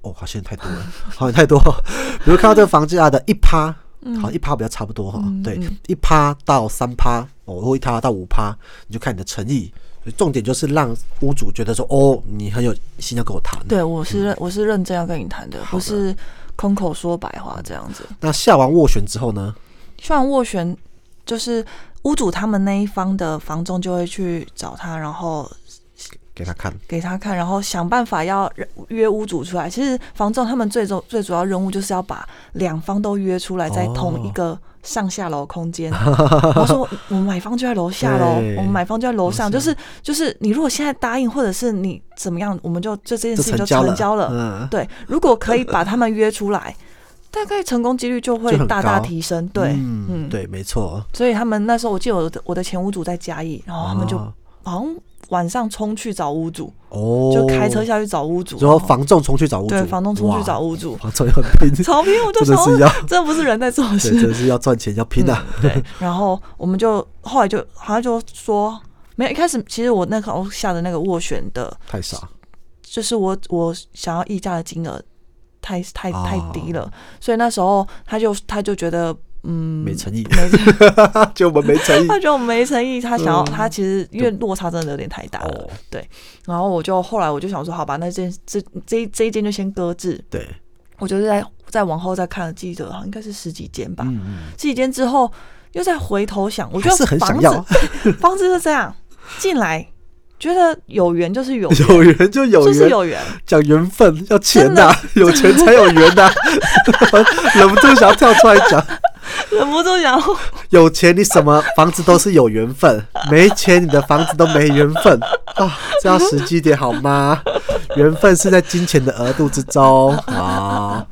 [SPEAKER 2] 哦，好像太多了，好像太多。 比如看到这个房价的一趴，
[SPEAKER 3] 嗯
[SPEAKER 2] 好一趴比较差不多哈、对，一趴到三趴，哦，或一趴到五趴，你就看你的诚意。所以重点就是让屋主觉得说，哦，你很有心要跟我谈。
[SPEAKER 3] 对我是
[SPEAKER 2] 嗯
[SPEAKER 3] 认我是认真要跟你谈的，不是空口说白话这样子。
[SPEAKER 2] 那下完斡旋之后呢？
[SPEAKER 3] 虽然斡旋就是屋主他们那一方的房仲就会去找他，然后
[SPEAKER 2] 给他看，
[SPEAKER 3] 给他看，然后想办法要约屋主出来。其实房仲他们最重最主要任务就是要把两方都约出来，在
[SPEAKER 2] 哦
[SPEAKER 3] 同一个上下楼空间。我 说我们买方就在楼下喽，
[SPEAKER 2] 对
[SPEAKER 3] 我们买方就在楼上，
[SPEAKER 2] 楼
[SPEAKER 3] 就
[SPEAKER 2] 上
[SPEAKER 3] 是就是你如果现在答应，或者是你怎么样，我们就就这件
[SPEAKER 2] 就
[SPEAKER 3] 事情
[SPEAKER 2] 成
[SPEAKER 3] 就
[SPEAKER 2] 交了，
[SPEAKER 3] 成交了。
[SPEAKER 2] 嗯，
[SPEAKER 3] 对，如果可以把他们约出来， 大概成功几率就会
[SPEAKER 2] 就很
[SPEAKER 3] 大大
[SPEAKER 2] 高
[SPEAKER 3] 提升。对，
[SPEAKER 2] 嗯，对，没错。
[SPEAKER 3] 所以他们那时候我记得我的我的前屋主在嘉义，然后他们就
[SPEAKER 2] 哦
[SPEAKER 3] 好像晚上冲去找屋主，
[SPEAKER 2] 哦，
[SPEAKER 3] 就开车下去找屋主，
[SPEAKER 2] 然后房仲冲去找屋主，
[SPEAKER 3] 对房东冲去找
[SPEAKER 2] 屋，
[SPEAKER 3] 屋主，
[SPEAKER 2] 房仲也很 拼，
[SPEAKER 3] 曹斌我就
[SPEAKER 2] 真的
[SPEAKER 3] 想
[SPEAKER 2] 是
[SPEAKER 3] 说，
[SPEAKER 2] 要，
[SPEAKER 3] 这不是人在做的
[SPEAKER 2] 对，真
[SPEAKER 3] 事。
[SPEAKER 2] 的是要赚钱要拼啊，
[SPEAKER 3] 嗯对，然后我们就后来就好像就说没有，一开始其实我那个我下的那个斡旋的，
[SPEAKER 2] 太傻，
[SPEAKER 3] 就是我我想要议价的金额太太
[SPEAKER 2] 哦
[SPEAKER 3] 太低了，所以那时候他就他就觉得嗯，
[SPEAKER 2] 没诚意，
[SPEAKER 3] 没诚意
[SPEAKER 2] 就我们没 诚意。
[SPEAKER 3] 他觉得我没诚意，他想要、他其实因为落差真的有点太大了，
[SPEAKER 2] 嗯哦，
[SPEAKER 3] 然后我就后来我就想说，好吧，那这这这一这一间就先搁置，
[SPEAKER 2] 对，
[SPEAKER 3] 我就是在再往后再看，记得好像应该是十几间吧，
[SPEAKER 2] 嗯嗯，
[SPEAKER 3] 十几间之后又再回头想，我觉
[SPEAKER 2] 还是
[SPEAKER 3] 得
[SPEAKER 2] 很想
[SPEAKER 3] 房
[SPEAKER 2] 要
[SPEAKER 3] 子房子是这样进来，觉得有缘就是有缘，
[SPEAKER 2] 有缘就有
[SPEAKER 3] 就是
[SPEAKER 2] 缘，
[SPEAKER 3] 有缘，
[SPEAKER 2] 讲缘分要钱
[SPEAKER 3] 真的
[SPEAKER 2] 呐、有钱才有缘呐、 忍不住想要跳出来讲，
[SPEAKER 3] 忍不住想，
[SPEAKER 2] 有钱你什么房子都是有缘分， 没钱你的房子都没缘分啊！这要实际一点好吗？缘分是在金钱的额度之中啊。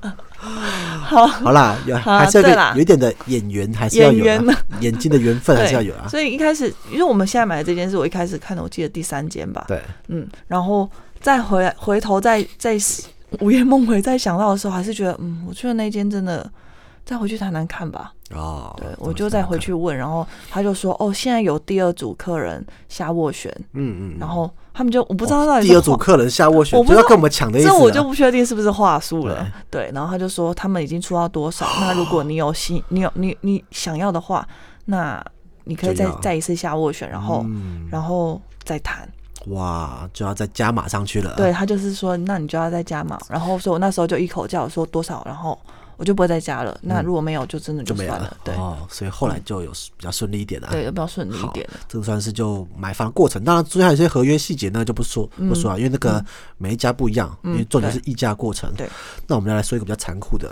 [SPEAKER 3] 好
[SPEAKER 2] 好啦，有
[SPEAKER 3] 好
[SPEAKER 2] 还是要
[SPEAKER 3] 啊对
[SPEAKER 2] 有
[SPEAKER 3] 啦
[SPEAKER 2] 有一点的眼缘，还是要有
[SPEAKER 3] 眼缘
[SPEAKER 2] 啦眼睛的缘分还是要有啊。
[SPEAKER 3] 所以一开始，因为我们现在买的这间是我一开始看的，我记得第三间吧，
[SPEAKER 2] 对，
[SPEAKER 3] 嗯，然后再回来回头再再午夜梦回再想到的时候，还是觉得，嗯，我去的那间真的。再回去台南看吧，
[SPEAKER 2] 哦，
[SPEAKER 3] 对我就再回去问，然后他就说，哦，现在有第二组客人下斡旋，
[SPEAKER 2] 嗯，嗯嗯，哦
[SPEAKER 3] 然后他们就我不知道到底是
[SPEAKER 2] 第二组
[SPEAKER 3] 话
[SPEAKER 2] 客人下斡旋
[SPEAKER 3] 我，不
[SPEAKER 2] 就要
[SPEAKER 3] 知道
[SPEAKER 2] 跟我们抢的意思、啊。
[SPEAKER 3] 这我就不确定是不是话术了。对，然后他就说他们已经出到多少，那如果你有
[SPEAKER 2] 哦
[SPEAKER 3] 心，你有你你想要的话，那你可以
[SPEAKER 2] 就
[SPEAKER 3] 再
[SPEAKER 2] 要
[SPEAKER 3] 再一次下斡旋，然后、
[SPEAKER 2] 嗯
[SPEAKER 3] 然后再谈。
[SPEAKER 2] 哇，就要再加码上去了。
[SPEAKER 3] 对，他就是说，那你就要再加嘛。然后所以我那时候就一口价，我说多少，然后我就不会再加了。那如果没有，就真的
[SPEAKER 2] 嗯就
[SPEAKER 3] 就
[SPEAKER 2] 没
[SPEAKER 3] 算
[SPEAKER 2] 有
[SPEAKER 3] 了。
[SPEAKER 2] 了。
[SPEAKER 3] 对、
[SPEAKER 2] 哦，所以后来就有比较顺利一点啊。
[SPEAKER 3] 对，要不要顺利一
[SPEAKER 2] 好
[SPEAKER 3] 点了？
[SPEAKER 2] 这个算是就买房过程，当然中间还有一些合约细节，那就不说不说啊，因为那个每一家不一样，因为重点是议价过程。
[SPEAKER 3] 嗯对，
[SPEAKER 2] 那我们要来说一个比较残酷 的，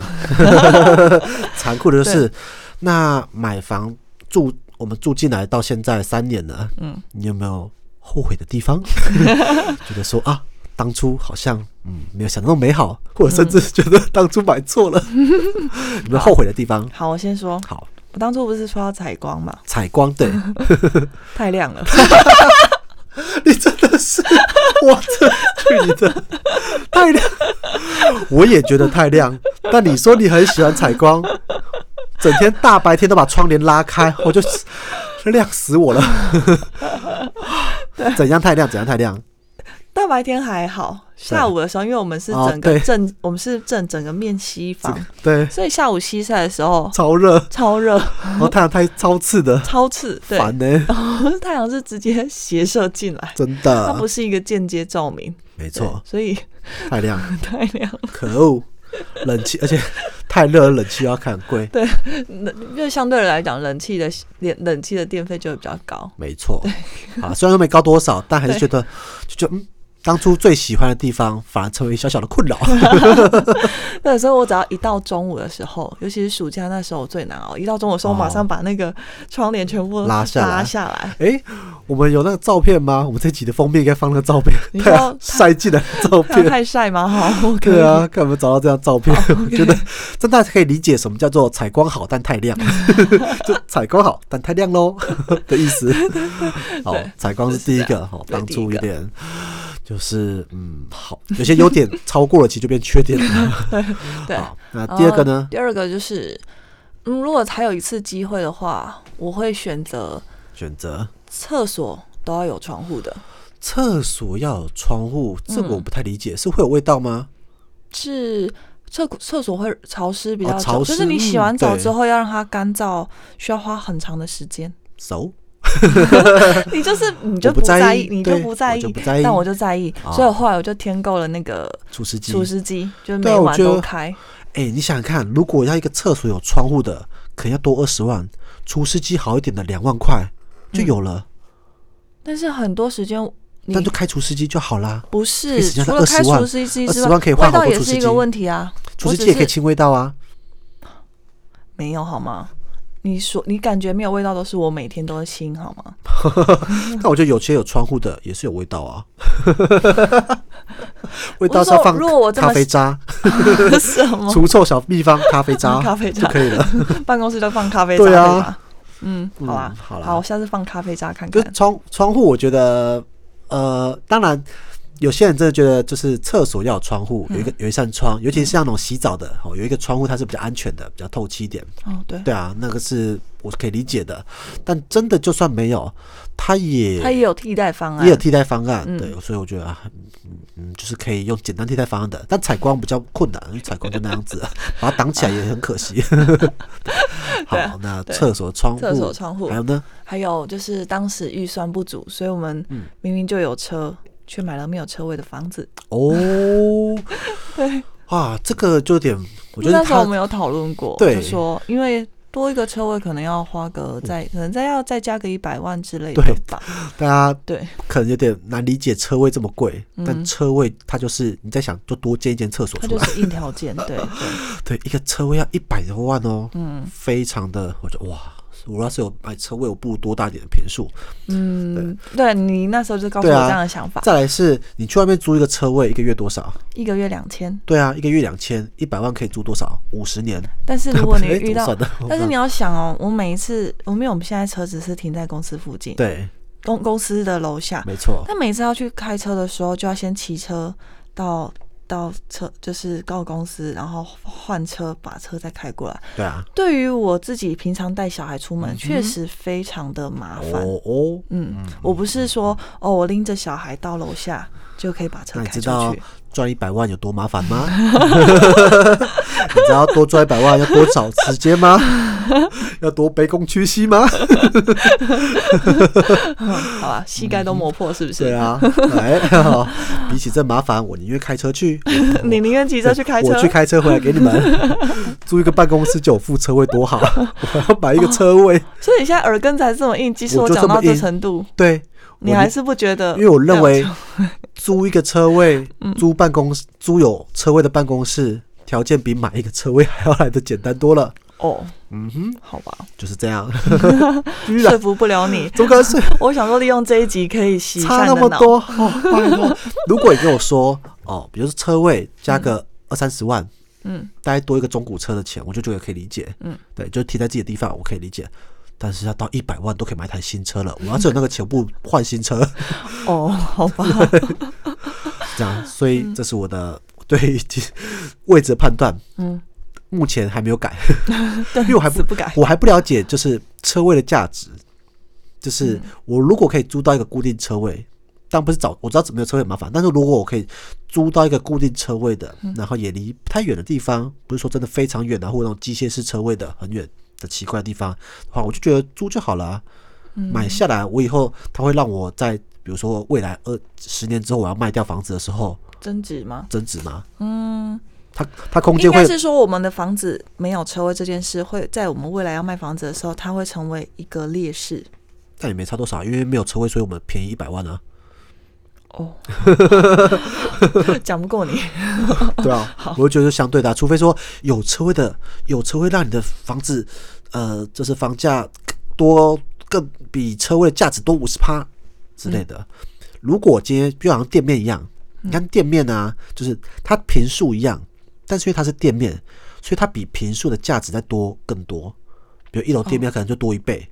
[SPEAKER 2] 残酷的就是，那买房住我们住进来到现在三年了，嗯，你有没有后悔的地 方？觉得说啊，当初好像嗯没有想的那么美好，或者甚至
[SPEAKER 3] 嗯
[SPEAKER 2] 觉得当初买错 了，有没有后悔的地方？
[SPEAKER 3] 好，我先说，
[SPEAKER 2] 好，
[SPEAKER 3] 我当初不是说要采光嘛，
[SPEAKER 2] 采光对。
[SPEAKER 3] 太 亮了。
[SPEAKER 2] 你真的是，我这去你的太亮，我也觉得太亮。但你说你很喜欢采光，整天大白天都把窗帘拉开，我就亮死我 了。怎样太亮？怎样太亮？
[SPEAKER 3] 大白天还好，下午的时候，因为我们是
[SPEAKER 2] 哦
[SPEAKER 3] 整个
[SPEAKER 2] 对
[SPEAKER 3] 正，我们是正整个面西方，
[SPEAKER 2] 对，
[SPEAKER 3] 所以下午西晒的时候
[SPEAKER 2] 超热，
[SPEAKER 3] 超热、
[SPEAKER 2] 然后太阳太超刺的，
[SPEAKER 3] 超刺，对，
[SPEAKER 2] 烦呢、
[SPEAKER 3] 太阳是直接斜射进来，
[SPEAKER 2] 真
[SPEAKER 3] 它不
[SPEAKER 2] 的。
[SPEAKER 3] 是一个间接照明，
[SPEAKER 2] 没
[SPEAKER 3] 对
[SPEAKER 2] 啊错，，
[SPEAKER 3] 所以
[SPEAKER 2] 太亮，
[SPEAKER 3] 太亮了。
[SPEAKER 2] 可恶，冷气，而且太热，冷气又要看很贵。
[SPEAKER 3] 因为相对来讲，冷气的冷冷气的电费就会比较高。
[SPEAKER 2] 没错， 啊，虽然都没高多少，但还是觉得就觉得嗯，当初最喜欢的地方反而成为小小的困 扰。
[SPEAKER 3] 那时候我只要一到中午的时候，尤其是暑假那时候我最难熬，一到中午的时候，
[SPEAKER 2] 哦
[SPEAKER 3] 我马上把那个窗帘全部
[SPEAKER 2] 拉下来
[SPEAKER 3] 拉下来。
[SPEAKER 2] 哎、我们有那个照片吗？我们这集的封面应该放那个照片
[SPEAKER 3] 你，
[SPEAKER 2] 太
[SPEAKER 3] 说
[SPEAKER 2] 阳晒进来的照
[SPEAKER 3] 太
[SPEAKER 2] 片。
[SPEAKER 3] 太晒 吗？好，我可以哦
[SPEAKER 2] 对啊，看有没有找到这张照 片，我觉得这大家可以理解什么叫做采光好但太 亮，就采光好但太亮喽 的意思。好，采光是第一
[SPEAKER 3] 这
[SPEAKER 2] 个，好，
[SPEAKER 3] 啊对
[SPEAKER 2] 当
[SPEAKER 3] 第
[SPEAKER 2] 初
[SPEAKER 3] 一
[SPEAKER 2] 有
[SPEAKER 3] 个
[SPEAKER 2] 点就是嗯，好，有些优点超过了，其实就变缺点 了。
[SPEAKER 3] 对。
[SPEAKER 2] 好，那哦第二个呢
[SPEAKER 3] 呃？第二个就是，嗯，如果还有一次机会的话，我会选择
[SPEAKER 2] 选择
[SPEAKER 3] 厕所都要有窗户的，
[SPEAKER 2] 厕所要有窗户，这个我不太理解，是会有味道吗？
[SPEAKER 3] 是厕厕所会潮湿比较
[SPEAKER 2] 哦
[SPEAKER 3] 久，
[SPEAKER 2] 潮湿
[SPEAKER 3] 就是你洗完
[SPEAKER 2] 嗯
[SPEAKER 3] 澡
[SPEAKER 2] 对
[SPEAKER 3] 之后要让它干燥，需要花很长的时间。嗯
[SPEAKER 2] 熟，
[SPEAKER 3] 你就是你
[SPEAKER 2] 我
[SPEAKER 3] 就
[SPEAKER 2] 不在
[SPEAKER 3] 在
[SPEAKER 2] 意
[SPEAKER 3] 意，你
[SPEAKER 2] 对
[SPEAKER 3] 就不在
[SPEAKER 2] 我就
[SPEAKER 3] 意
[SPEAKER 2] 不在意，
[SPEAKER 3] 但我就在意，
[SPEAKER 2] 哦
[SPEAKER 3] 所以我后来我就添购了那个
[SPEAKER 2] 除湿机。
[SPEAKER 3] 除湿机，就是
[SPEAKER 2] 对啊
[SPEAKER 3] 每晚
[SPEAKER 2] 我觉
[SPEAKER 3] 都
[SPEAKER 2] 得
[SPEAKER 3] 开。
[SPEAKER 2] 哎、你想想看，如果要一个厕所有窗户的，可能要多二十万；除湿机好一点的两万块就有了，
[SPEAKER 3] 但是很多时间嗯你
[SPEAKER 2] 那就开除湿机就好啦。
[SPEAKER 3] 不
[SPEAKER 2] 可以
[SPEAKER 3] 是
[SPEAKER 2] 省下
[SPEAKER 3] 除
[SPEAKER 2] 那
[SPEAKER 3] 了开
[SPEAKER 2] 20万
[SPEAKER 3] 除湿机之
[SPEAKER 2] 20
[SPEAKER 3] 外，
[SPEAKER 2] 万可以换好
[SPEAKER 3] 味道
[SPEAKER 2] 多
[SPEAKER 3] 也
[SPEAKER 2] 除
[SPEAKER 3] 是
[SPEAKER 2] 湿
[SPEAKER 3] 一个
[SPEAKER 2] 机
[SPEAKER 3] 问题啊。
[SPEAKER 2] 除
[SPEAKER 3] 我
[SPEAKER 2] 湿
[SPEAKER 3] 只
[SPEAKER 2] 机也可以
[SPEAKER 3] 是
[SPEAKER 2] 清味道啊，
[SPEAKER 3] 没有好吗？你说你感觉没有味道，都是我每天都清 好吗？
[SPEAKER 2] 但我觉得有些有窗户的也是有味道 啊。味道
[SPEAKER 3] 我
[SPEAKER 2] 是
[SPEAKER 3] 是
[SPEAKER 2] 要
[SPEAKER 3] 说
[SPEAKER 2] 放
[SPEAKER 3] 如果我这么
[SPEAKER 2] 咖啡 渣，
[SPEAKER 3] 什么？
[SPEAKER 2] 除臭小秘方咖啡渣
[SPEAKER 3] 咖啡
[SPEAKER 2] 就
[SPEAKER 3] 渣，
[SPEAKER 2] 可以了。
[SPEAKER 3] 办公室都放咖啡渣
[SPEAKER 2] 对啊
[SPEAKER 3] 吧？嗯，好啦
[SPEAKER 2] 嗯，好啦
[SPEAKER 3] 好，我下次放咖啡渣看
[SPEAKER 2] 就
[SPEAKER 3] 看。
[SPEAKER 2] 窗窗户，我觉得呃，当然有些人真的觉得，就是厕所要有窗户，
[SPEAKER 3] 嗯
[SPEAKER 2] 有一个有一扇窗，尤其是像那种洗澡的，哦，有一个窗户它是比较安全的，比较透气一点。
[SPEAKER 3] 哦，对，
[SPEAKER 2] 对啊，那个是我是可以理解的。但真的就算没有，它也
[SPEAKER 3] 他也有替代方案，
[SPEAKER 2] 也有替代方案，
[SPEAKER 3] 嗯
[SPEAKER 2] 对，所以我觉得啊，嗯嗯，就是可以用简单替代方案的，但采光比较困难，因为采光就那样 子，把它挡起来也很可惜。 好，那
[SPEAKER 3] 对
[SPEAKER 2] 厕所窗户，
[SPEAKER 3] 厕所窗户
[SPEAKER 2] 还有呢？
[SPEAKER 3] 还有就是当时预算不足，所以我们
[SPEAKER 2] 嗯
[SPEAKER 3] 明明就有车，却买了没有车位的房子。
[SPEAKER 2] 哦，
[SPEAKER 3] 对，
[SPEAKER 2] 啊，这个就有点，我觉得
[SPEAKER 3] 那时候
[SPEAKER 2] 他
[SPEAKER 3] 我们有讨论过，
[SPEAKER 2] 对
[SPEAKER 3] 就说因为多一个车位可能要花个再，可能再要再加个一百万之类的
[SPEAKER 2] 嗯对
[SPEAKER 3] 吧。
[SPEAKER 2] 大家
[SPEAKER 3] 对，
[SPEAKER 2] 可能有点难理解车位这么贵，但
[SPEAKER 3] 嗯
[SPEAKER 2] 车位它就是你在想，就多建一间厕所
[SPEAKER 3] 它
[SPEAKER 2] 出
[SPEAKER 3] 就
[SPEAKER 2] 来，
[SPEAKER 3] 是硬条件，对对，
[SPEAKER 2] 对，一个车位要一百多万哦，
[SPEAKER 3] 嗯
[SPEAKER 2] 非常的，我觉得哇，我要是有买车位，我不如多大一点的平数。
[SPEAKER 3] 嗯，对你那时候就告诉
[SPEAKER 2] 对
[SPEAKER 3] 我
[SPEAKER 2] 啊
[SPEAKER 3] 这样的想法，
[SPEAKER 2] 再来是你去外面租一个车位，一个月多少？
[SPEAKER 3] 一个月两千，
[SPEAKER 2] 对啊，一个月两千，一百万可以租多少？五十年。
[SPEAKER 3] 但是如果 你
[SPEAKER 2] 哎怎么
[SPEAKER 3] 遇到
[SPEAKER 2] 算的我不知道
[SPEAKER 3] 但是你要想哦，我每一次，我们因为我们现在车子是停在公司附 近，
[SPEAKER 2] 对，
[SPEAKER 3] 公公司的楼下，
[SPEAKER 2] 没错，
[SPEAKER 3] 但每次要去开车的时候，就要先骑车到到车，就是到公司，然后换车，把车再开过来。
[SPEAKER 2] 对啊。
[SPEAKER 3] 对于我自己平常带小孩出门，确、实非常的麻 烦。
[SPEAKER 2] 嗯哦哦，
[SPEAKER 3] 嗯，我不是说哦，我拎着小孩到楼下就可以把
[SPEAKER 2] 嗯
[SPEAKER 3] 车
[SPEAKER 2] 那你
[SPEAKER 3] 开出
[SPEAKER 2] 知道
[SPEAKER 3] 去。
[SPEAKER 2] 赚一百万有多麻烦吗？ 你知道多赚一百万要多少时间吗？ 要多卑躬屈膝 吗？
[SPEAKER 3] 好吧，膝盖都磨破是不是？
[SPEAKER 2] 嗯对，啊，哎， 好比起这麻烦，我宁愿开车去。我
[SPEAKER 3] 你宁愿骑车去开车，
[SPEAKER 2] 我去开车回来给你 们租一个办公室就有副车位多好，我要买一个车位。
[SPEAKER 3] 所以你现在耳根才这么硬，即使
[SPEAKER 2] 我
[SPEAKER 3] 我
[SPEAKER 2] 就
[SPEAKER 3] 讲
[SPEAKER 2] 这么
[SPEAKER 3] 到这
[SPEAKER 2] 硬
[SPEAKER 3] 程度，
[SPEAKER 2] 对，我
[SPEAKER 3] 你还是不觉得？
[SPEAKER 2] 因为我认为租一个车位，
[SPEAKER 3] 嗯
[SPEAKER 2] 租办公室，租有车位的办公室，条件比买一个车位还要来的简单多了。
[SPEAKER 3] 哦，
[SPEAKER 2] 嗯哼，
[SPEAKER 3] 好吧，
[SPEAKER 2] 就是这 样，居
[SPEAKER 3] 说
[SPEAKER 2] 然
[SPEAKER 3] 服不 了你。
[SPEAKER 2] 怎么可能是
[SPEAKER 3] 我想说，利用这一集可以洗一
[SPEAKER 2] 差
[SPEAKER 3] 下
[SPEAKER 2] 那
[SPEAKER 3] 你的
[SPEAKER 2] 么
[SPEAKER 3] 脑。
[SPEAKER 2] 多？哦，拜托，如果你跟我说哦，比如说车位加个二三十万，
[SPEAKER 3] 嗯，
[SPEAKER 2] 大概多一个中古车的钱，我就觉得可以理解。
[SPEAKER 3] 嗯，
[SPEAKER 2] 对，就停在自己的地方，我可以理解。但是要到一百万都可以买台新车了，我要是有那个钱，我不如换新车。
[SPEAKER 3] 哦，好吧，
[SPEAKER 2] 这样，所以这是我的对 于其位置的判断。
[SPEAKER 3] 嗯，
[SPEAKER 2] 目前还没有改，
[SPEAKER 3] 对
[SPEAKER 2] 因为我还不
[SPEAKER 3] 死不改。
[SPEAKER 2] 我还不了解就是车位的价值。就是
[SPEAKER 3] 嗯
[SPEAKER 2] 我如果可以租到一个固定车位，但不是找我知道没有车位很麻烦，但是如果我可以租到一个固定车位的，
[SPEAKER 3] 嗯
[SPEAKER 2] 然后也离不太远的地方，不是说真的非常远啊，或者那种机械式车位的很远的奇怪的地方的话，我就觉得租就好了啊、
[SPEAKER 3] 嗯
[SPEAKER 2] 买下来，我以后它会让我在比如说未来二十年之后我要卖掉房子的时候，
[SPEAKER 3] 增值吗？
[SPEAKER 2] 增值吗？
[SPEAKER 3] 嗯，
[SPEAKER 2] 它它空
[SPEAKER 3] 应
[SPEAKER 2] 间
[SPEAKER 3] 该
[SPEAKER 2] 会
[SPEAKER 3] 是说我们的房子没有车位这件事，会在我们未来要卖房子的时候，它会成为一个劣势。
[SPEAKER 2] 但也没差多少，因为没有车位，所以我们便宜一百万啊。
[SPEAKER 3] 哦，讲不 过你。
[SPEAKER 2] 对 啊，我就觉得相对的啊、除非说有车位的，有车位让你的房子，呃，就是房价多更比车位的价值多五十趴之类的。
[SPEAKER 3] 嗯
[SPEAKER 2] 如果今天就好像店面一样，你看店面啊，就是它平数一样，但是因为它是店面，所以它比平数的价值再多更多。比如一楼店
[SPEAKER 3] 哦
[SPEAKER 2] 面可能就多一倍，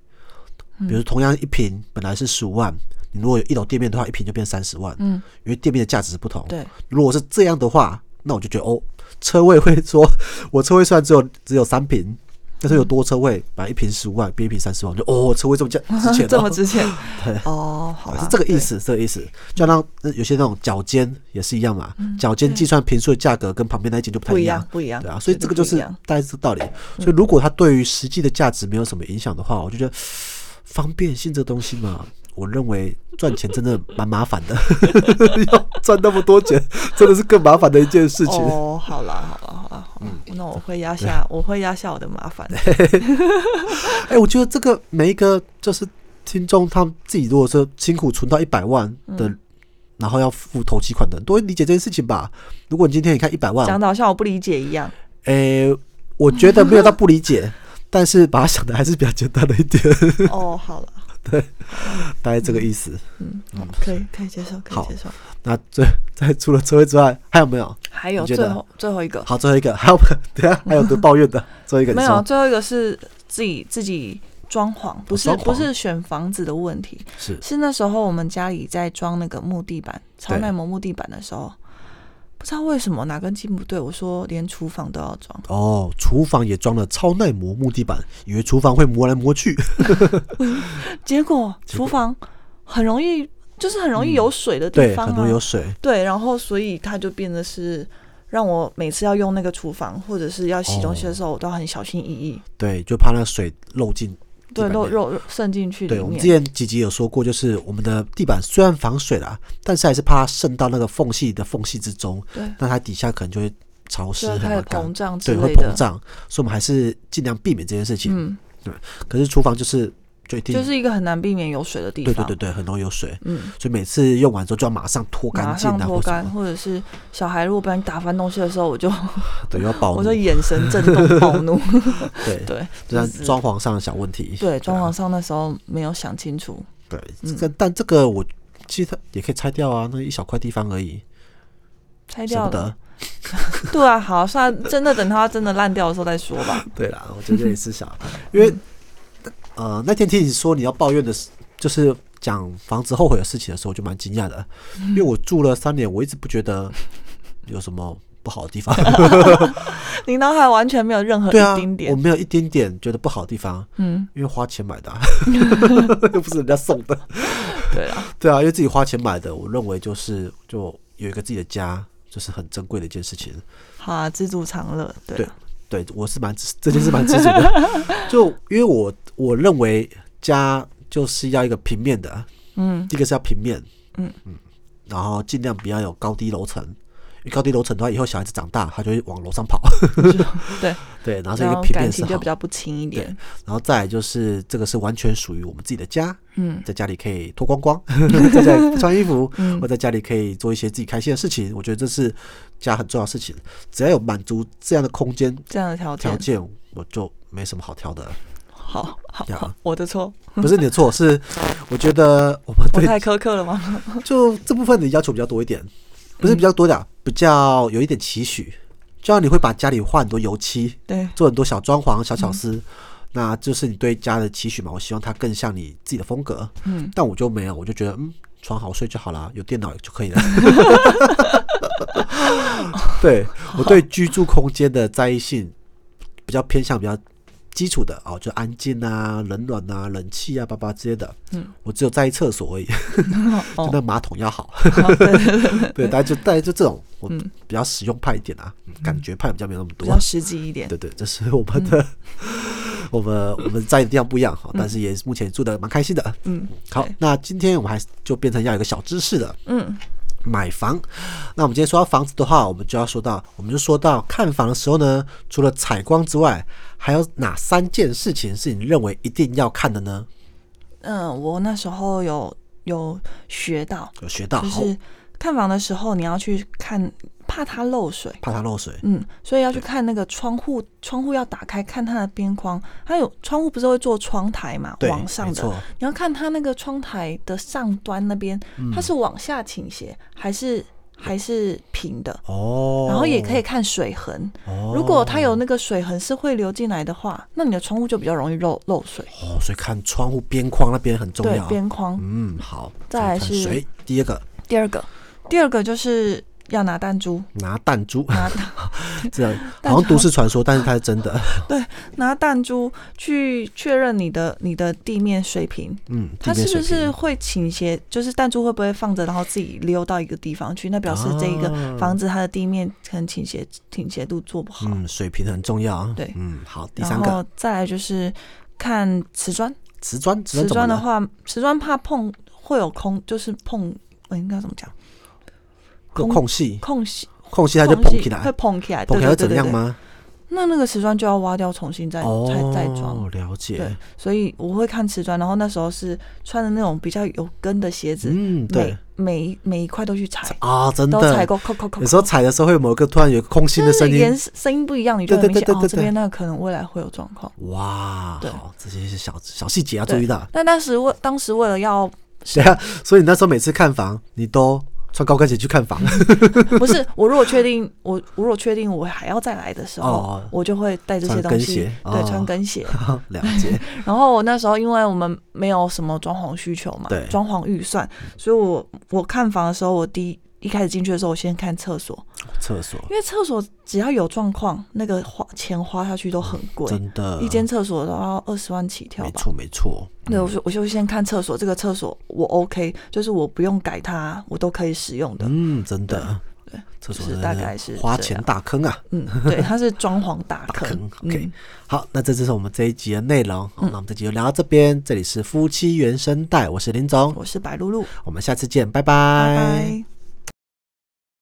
[SPEAKER 3] 嗯
[SPEAKER 2] 比如同样一平本来是十五万，你如果有一楼店面的话，一平就变三十万，
[SPEAKER 3] 嗯，
[SPEAKER 2] 因为店面的价值是不同。
[SPEAKER 3] 对，，
[SPEAKER 2] 如果是这样的话，那我就觉得哦，车位会说，我车位虽然只有只有三平，但是有多车位，把一平十五万，变一平三十万，我就哦，车位这么价值钱、哦
[SPEAKER 3] 这么值钱
[SPEAKER 2] 对。
[SPEAKER 3] 哦，好
[SPEAKER 2] 啊
[SPEAKER 3] 吧，
[SPEAKER 2] 是这个意思，这个意思，就像那有些那种脚尖也是一样嘛，脚尖计算平数的价格跟旁边那一间就不
[SPEAKER 3] 对，不
[SPEAKER 2] 太
[SPEAKER 3] 一
[SPEAKER 2] 一
[SPEAKER 3] 样
[SPEAKER 2] 样，，
[SPEAKER 3] 嗯不一样。
[SPEAKER 2] 对啊，所以这个就
[SPEAKER 3] 不一
[SPEAKER 2] 是
[SPEAKER 3] 样嗯
[SPEAKER 2] 大概是这个道理。所以如果它对于实际的价值没有什么影响的话，我就觉得方便性这东西嘛，我认为赚钱真的蛮麻烦的， 要赚那么多钱真的是更麻烦的一件事情。
[SPEAKER 3] 哦，好啦，好啦，好啦，好啦，
[SPEAKER 2] 嗯
[SPEAKER 3] 那我会压下，我会压下我的麻 烦。
[SPEAKER 2] 哎、我觉得这个每一个就是听众他们自己如果说辛苦存到一百万的。
[SPEAKER 3] 嗯
[SPEAKER 2] 然后要付头期款的人，都会理解这件事情吧？如果你今天你看一百万，
[SPEAKER 3] 讲的好像我不理解一样。
[SPEAKER 2] 诶，我觉得没有到不理解， 但是把它想的还是比较简单的一点，
[SPEAKER 3] 哦，好了，
[SPEAKER 2] 大概这个意思。
[SPEAKER 3] 嗯，好可以，可以接受，可以
[SPEAKER 2] 好
[SPEAKER 3] 接受。
[SPEAKER 2] 那最在除了车位之外，还有没有？
[SPEAKER 3] 还有
[SPEAKER 2] 你觉
[SPEAKER 3] 最
[SPEAKER 2] 得
[SPEAKER 3] 后最后一个，啊
[SPEAKER 2] 好， 最后一个还有没有？等一下还有得抱怨的，最后一个你
[SPEAKER 3] 没有，
[SPEAKER 2] 说
[SPEAKER 3] 最后一个是自己自己装潢，不是
[SPEAKER 2] 装潢
[SPEAKER 3] 不是选房子的问题，
[SPEAKER 2] 是
[SPEAKER 3] 是那时候我们家里在装那个木地板，超
[SPEAKER 2] 对
[SPEAKER 3] 耐磨木地板的时候，不知道为什么哪根筋不对，我说连厨房都要装，
[SPEAKER 2] 哦，厨房也装了超耐磨木地板，以为厨房会磨来磨去，
[SPEAKER 3] 结果厨房很容易就是很容易有水的地
[SPEAKER 2] 对，
[SPEAKER 3] 方
[SPEAKER 2] 很
[SPEAKER 3] 啊，
[SPEAKER 2] 多有水，
[SPEAKER 3] 对，然后所以它就变得是让我每次要用那个厨房或者是要洗东西的时
[SPEAKER 2] 哦
[SPEAKER 3] 候，我都很小心翼翼，
[SPEAKER 2] 对，就怕那水漏进。
[SPEAKER 3] 对，
[SPEAKER 2] 地板
[SPEAKER 3] 肉
[SPEAKER 2] 内
[SPEAKER 3] 肉渗进去
[SPEAKER 2] 对
[SPEAKER 3] 里
[SPEAKER 2] 我们之
[SPEAKER 3] 面，
[SPEAKER 2] 前几集有说过，就是我们的地板虽然防水啦，但是还是怕它渗到那个缝隙的缝隙之中，
[SPEAKER 3] 对，
[SPEAKER 2] 那它底下可能就会潮湿
[SPEAKER 3] 就
[SPEAKER 2] 很
[SPEAKER 3] 开始
[SPEAKER 2] 难看
[SPEAKER 3] 啊膨胀之
[SPEAKER 2] 对，会
[SPEAKER 3] 类
[SPEAKER 2] 膨
[SPEAKER 3] 的，
[SPEAKER 2] 胀，所以我们还是尽量避免这件事情。
[SPEAKER 3] 嗯，
[SPEAKER 2] 可是厨房就是就一定
[SPEAKER 3] 就是一个很难避免有水的地
[SPEAKER 2] 对
[SPEAKER 3] 方，
[SPEAKER 2] 对对对，很容易有水，
[SPEAKER 3] 嗯。
[SPEAKER 2] 所以每次用完之后就要马上拖干
[SPEAKER 3] 马
[SPEAKER 2] 净
[SPEAKER 3] 上
[SPEAKER 2] 啊，
[SPEAKER 3] 脱
[SPEAKER 2] 或什
[SPEAKER 3] 干，
[SPEAKER 2] 么，
[SPEAKER 3] 或者是小孩如果不小心打翻东西的时候，我就
[SPEAKER 2] 对，要保
[SPEAKER 3] 我
[SPEAKER 2] 暖
[SPEAKER 3] 就眼神震动暴 怒。
[SPEAKER 2] 对，
[SPEAKER 3] 对，
[SPEAKER 2] 这
[SPEAKER 3] 就
[SPEAKER 2] 样
[SPEAKER 3] 是
[SPEAKER 2] 装潢上的小问题。
[SPEAKER 3] 对装
[SPEAKER 2] 啊
[SPEAKER 3] 潢上那时候没有想清楚，
[SPEAKER 2] 对，
[SPEAKER 3] 嗯
[SPEAKER 2] 这个但这个我其实它也可以拆掉啊，那一小块地方而已，
[SPEAKER 3] 拆
[SPEAKER 2] 舍
[SPEAKER 3] 掉
[SPEAKER 2] 不
[SPEAKER 3] 了
[SPEAKER 2] 得。。
[SPEAKER 3] 对啊，好，算真的等它真的烂掉的时候再说 吧。
[SPEAKER 2] 对啦，我觉得也是想，因 为呃那天听你说你要抱怨的事，就是讲房子后悔的事情的时候，我就蛮惊讶的，
[SPEAKER 3] 嗯
[SPEAKER 2] 因为我住了三年，我一直不觉得有什么不好的 地方。
[SPEAKER 3] 你脑海完全没有任何
[SPEAKER 2] 对啊
[SPEAKER 3] 一丁，点
[SPEAKER 2] 我，没有一丁点觉得不好的地方，
[SPEAKER 3] 嗯，
[SPEAKER 2] 因为花钱买的、啊， 又不是人家送的。
[SPEAKER 3] 对啊，
[SPEAKER 2] 对啊，因为自己花钱买的，我认为就是就有一个自己的家，就是很珍贵的一件事情。
[SPEAKER 3] 好啊，知足常乐，对啊，
[SPEAKER 2] 对，我是蛮知这件事蛮知足 的，就因为我我认为家就是要一个平面的，
[SPEAKER 3] 嗯，
[SPEAKER 2] 第一个是要平面，
[SPEAKER 3] 嗯
[SPEAKER 2] 然后尽量不要有高低楼层，因为高低楼层的话，以后小孩子长大，他就会往楼上 跑。
[SPEAKER 3] 对，
[SPEAKER 2] 对，然后是一
[SPEAKER 3] 然
[SPEAKER 2] 啊个
[SPEAKER 3] 后
[SPEAKER 2] 平
[SPEAKER 3] 感
[SPEAKER 2] 面是
[SPEAKER 3] 情
[SPEAKER 2] 好
[SPEAKER 3] 就比，较不轻一点，
[SPEAKER 2] 然后再来就是这个是完全属于我们自己的家，
[SPEAKER 3] 嗯
[SPEAKER 2] 在家里可以脱光 光，在家里穿衣服，
[SPEAKER 3] 嗯
[SPEAKER 2] 或在家里可以做一些自己开心的事情。我觉得这是家很重要的事情，只要有满足这样的空间
[SPEAKER 3] 这样的条
[SPEAKER 2] 条
[SPEAKER 3] 件，
[SPEAKER 2] 件，我就没什么好挑的了。
[SPEAKER 3] 好好
[SPEAKER 2] 呀
[SPEAKER 3] 好，我的错，
[SPEAKER 2] 不是你的错， 是我觉得我们
[SPEAKER 3] 我
[SPEAKER 2] 对
[SPEAKER 3] 太苛刻了吗？
[SPEAKER 2] 就这部分的要求比较多一点，不是比较多的啊，比较有一点期许，就像你会把家里画很多油漆，
[SPEAKER 3] 对，
[SPEAKER 2] 做很多小装潢、小
[SPEAKER 3] 嗯
[SPEAKER 2] 巧思，那就是你对家的期许嘛。我希望它更像你自己的风格，
[SPEAKER 3] 嗯，
[SPEAKER 2] 但我就没有，我就觉得嗯，床好睡就好啦，有电脑就可以 了。对我对居住空间的在意性比较偏向比较基础的哦，就安静啊、冷暖啊、冷气啊、叭叭之类的。
[SPEAKER 3] 嗯，
[SPEAKER 2] 我只有在意厕所而已，就
[SPEAKER 3] 哦，
[SPEAKER 2] 那马桶要 好。
[SPEAKER 3] 好哦对对对
[SPEAKER 2] 对，大家就大家就这种，我
[SPEAKER 3] 嗯
[SPEAKER 2] 比较实用派一点啊，嗯感觉派比较没有那么
[SPEAKER 3] 比
[SPEAKER 2] 多
[SPEAKER 3] 较。实际一点，
[SPEAKER 2] 对对，这是我们
[SPEAKER 3] 嗯
[SPEAKER 2] 的， 我们我们在意的地方不一样哈，但是也目前住的蛮开心的。
[SPEAKER 3] 嗯
[SPEAKER 2] 好
[SPEAKER 3] 对，
[SPEAKER 2] 那今天我们还是就变成要有一个小知识了，
[SPEAKER 3] 嗯。
[SPEAKER 2] 买房。那我们今天说到房子的话，我们就要说到，我们就说到看房的时候呢，除了采光之外，还有哪三件事情是你认为一定要看的呢？
[SPEAKER 3] 嗯，我那时候有有学到，
[SPEAKER 2] 有学到，
[SPEAKER 3] 就
[SPEAKER 2] 好，
[SPEAKER 3] 是看房的时候你要去看，怕它漏水，
[SPEAKER 2] 怕它漏水，
[SPEAKER 3] 嗯，所以要去看那个窗户，窗户要打开，看它的边框，还有窗户不是会做窗台嘛，
[SPEAKER 2] 对，
[SPEAKER 3] 往上
[SPEAKER 2] 没
[SPEAKER 3] 的，
[SPEAKER 2] 错，
[SPEAKER 3] 你要看它那个窗台的上端那边，
[SPEAKER 2] 嗯
[SPEAKER 3] 它是往下倾斜还是还是平的，
[SPEAKER 2] 哦，
[SPEAKER 3] 然后也可以，看水痕，
[SPEAKER 2] 哦、
[SPEAKER 3] 如果它有那个水痕是会流进来的话，那你的窗户就比较容易漏漏水，
[SPEAKER 2] 哦，所以看窗户边框那边很重
[SPEAKER 3] 对
[SPEAKER 2] 要。
[SPEAKER 3] 边框，
[SPEAKER 2] 嗯，好，
[SPEAKER 3] 再来
[SPEAKER 2] 看
[SPEAKER 3] 是
[SPEAKER 2] 水。第二个
[SPEAKER 3] 第二个，第二个就是要拿弹 珠，
[SPEAKER 2] 拿弹 珠，
[SPEAKER 3] 拿
[SPEAKER 2] 这样好像都市传说，但是它是真 的。
[SPEAKER 3] 拿弹珠去确认你的你的地面水平，
[SPEAKER 2] 嗯，
[SPEAKER 3] 它
[SPEAKER 2] 地面
[SPEAKER 3] 是
[SPEAKER 2] 水
[SPEAKER 3] 不是
[SPEAKER 2] 平
[SPEAKER 3] 会倾斜？就是弹珠会不会放着，然后自己溜到一个地方去？那表示这一个
[SPEAKER 2] 啊
[SPEAKER 3] 房子它的地面可能倾斜倾斜度做不好。
[SPEAKER 2] 嗯，水平很重要啊。
[SPEAKER 3] 对
[SPEAKER 2] 嗯，好，第
[SPEAKER 3] 然
[SPEAKER 2] 三个
[SPEAKER 3] 后再来就是看瓷砖，
[SPEAKER 2] 瓷砖，瓷砖怎么
[SPEAKER 3] 瓷砖的
[SPEAKER 2] 了？
[SPEAKER 3] 话，瓷砖怕碰会有空，就是碰，我应该怎么讲？
[SPEAKER 2] 有
[SPEAKER 3] 空
[SPEAKER 2] 空隙，
[SPEAKER 3] 空隙，
[SPEAKER 2] 空隙它就
[SPEAKER 3] 空隙
[SPEAKER 2] 膨起
[SPEAKER 3] 会
[SPEAKER 2] 来，
[SPEAKER 3] 碰起
[SPEAKER 2] 膨
[SPEAKER 3] 来，
[SPEAKER 2] 起
[SPEAKER 3] 对对
[SPEAKER 2] 来会
[SPEAKER 3] 对
[SPEAKER 2] 怎么
[SPEAKER 3] 对
[SPEAKER 2] 样
[SPEAKER 3] 对
[SPEAKER 2] 吗？
[SPEAKER 3] 那那个瓷砖就要挖掉，重新再、再再装
[SPEAKER 2] 哦，。了解
[SPEAKER 3] 对。，所以我会看瓷砖，然后那时候是穿的那种比较有跟的鞋子，
[SPEAKER 2] 嗯，对
[SPEAKER 3] 每每一每一块都去踩，
[SPEAKER 2] 啊，真
[SPEAKER 3] 都踩
[SPEAKER 2] 的。
[SPEAKER 3] 过，扣扣扣
[SPEAKER 2] 有。时候踩的时候会有某个突然有个空心的声音
[SPEAKER 3] 颜，色声音不一样，你就
[SPEAKER 2] 对对
[SPEAKER 3] 很明显
[SPEAKER 2] 对对
[SPEAKER 3] 哦，
[SPEAKER 2] 对
[SPEAKER 3] 这
[SPEAKER 2] 对
[SPEAKER 3] 边那个可能未来会有状况。
[SPEAKER 2] 哇，
[SPEAKER 3] 对
[SPEAKER 2] 好，这些是小小细节要注
[SPEAKER 3] 对
[SPEAKER 2] 意到。
[SPEAKER 3] 那当时为当时为了要
[SPEAKER 2] 对啊，所以你那时候每次看房，你都穿高跟鞋去看房。
[SPEAKER 3] 不是我如果确定我我如果确定我还要再来的时候，
[SPEAKER 2] 哦
[SPEAKER 3] 我就会带这些
[SPEAKER 2] 穿
[SPEAKER 3] 东
[SPEAKER 2] 跟
[SPEAKER 3] 西
[SPEAKER 2] 鞋，
[SPEAKER 3] 对，
[SPEAKER 2] 哦
[SPEAKER 3] 穿跟鞋。
[SPEAKER 2] 了解，
[SPEAKER 3] 然后我那时候因为我们没有什么装潢需求嘛
[SPEAKER 2] 对，
[SPEAKER 3] 装潢预算，所以我我看房的时候，我第一一开始进去的时候，我先看厕所，
[SPEAKER 2] 厕 所
[SPEAKER 3] 因为厕所只要有状况，那个花钱花下去都很贵，
[SPEAKER 2] 真的
[SPEAKER 3] 一间厕所都要二十万起跳
[SPEAKER 2] 没
[SPEAKER 3] 吧。
[SPEAKER 2] 错没错，
[SPEAKER 3] 对，我就我就先看厕所，这个厕所我 OK，就是我不用改它，我都可以使用的。
[SPEAKER 2] 嗯，真的，对，厕所
[SPEAKER 3] 就是
[SPEAKER 2] 真
[SPEAKER 3] 大
[SPEAKER 2] 的
[SPEAKER 3] 概是
[SPEAKER 2] 花
[SPEAKER 3] 这
[SPEAKER 2] 钱
[SPEAKER 3] 样
[SPEAKER 2] 大坑啊。
[SPEAKER 3] 嗯，对，它是装潢 大
[SPEAKER 2] 大
[SPEAKER 3] 坑
[SPEAKER 2] 坑。。OK，、
[SPEAKER 3] 嗯
[SPEAKER 2] 好，那这就是我们这一集的内容。好，那我们这集就聊到这边。这里是夫妻原声带，我是林总，
[SPEAKER 3] 我是白露露，
[SPEAKER 2] 我们下次见，拜
[SPEAKER 3] 嗯拜拜。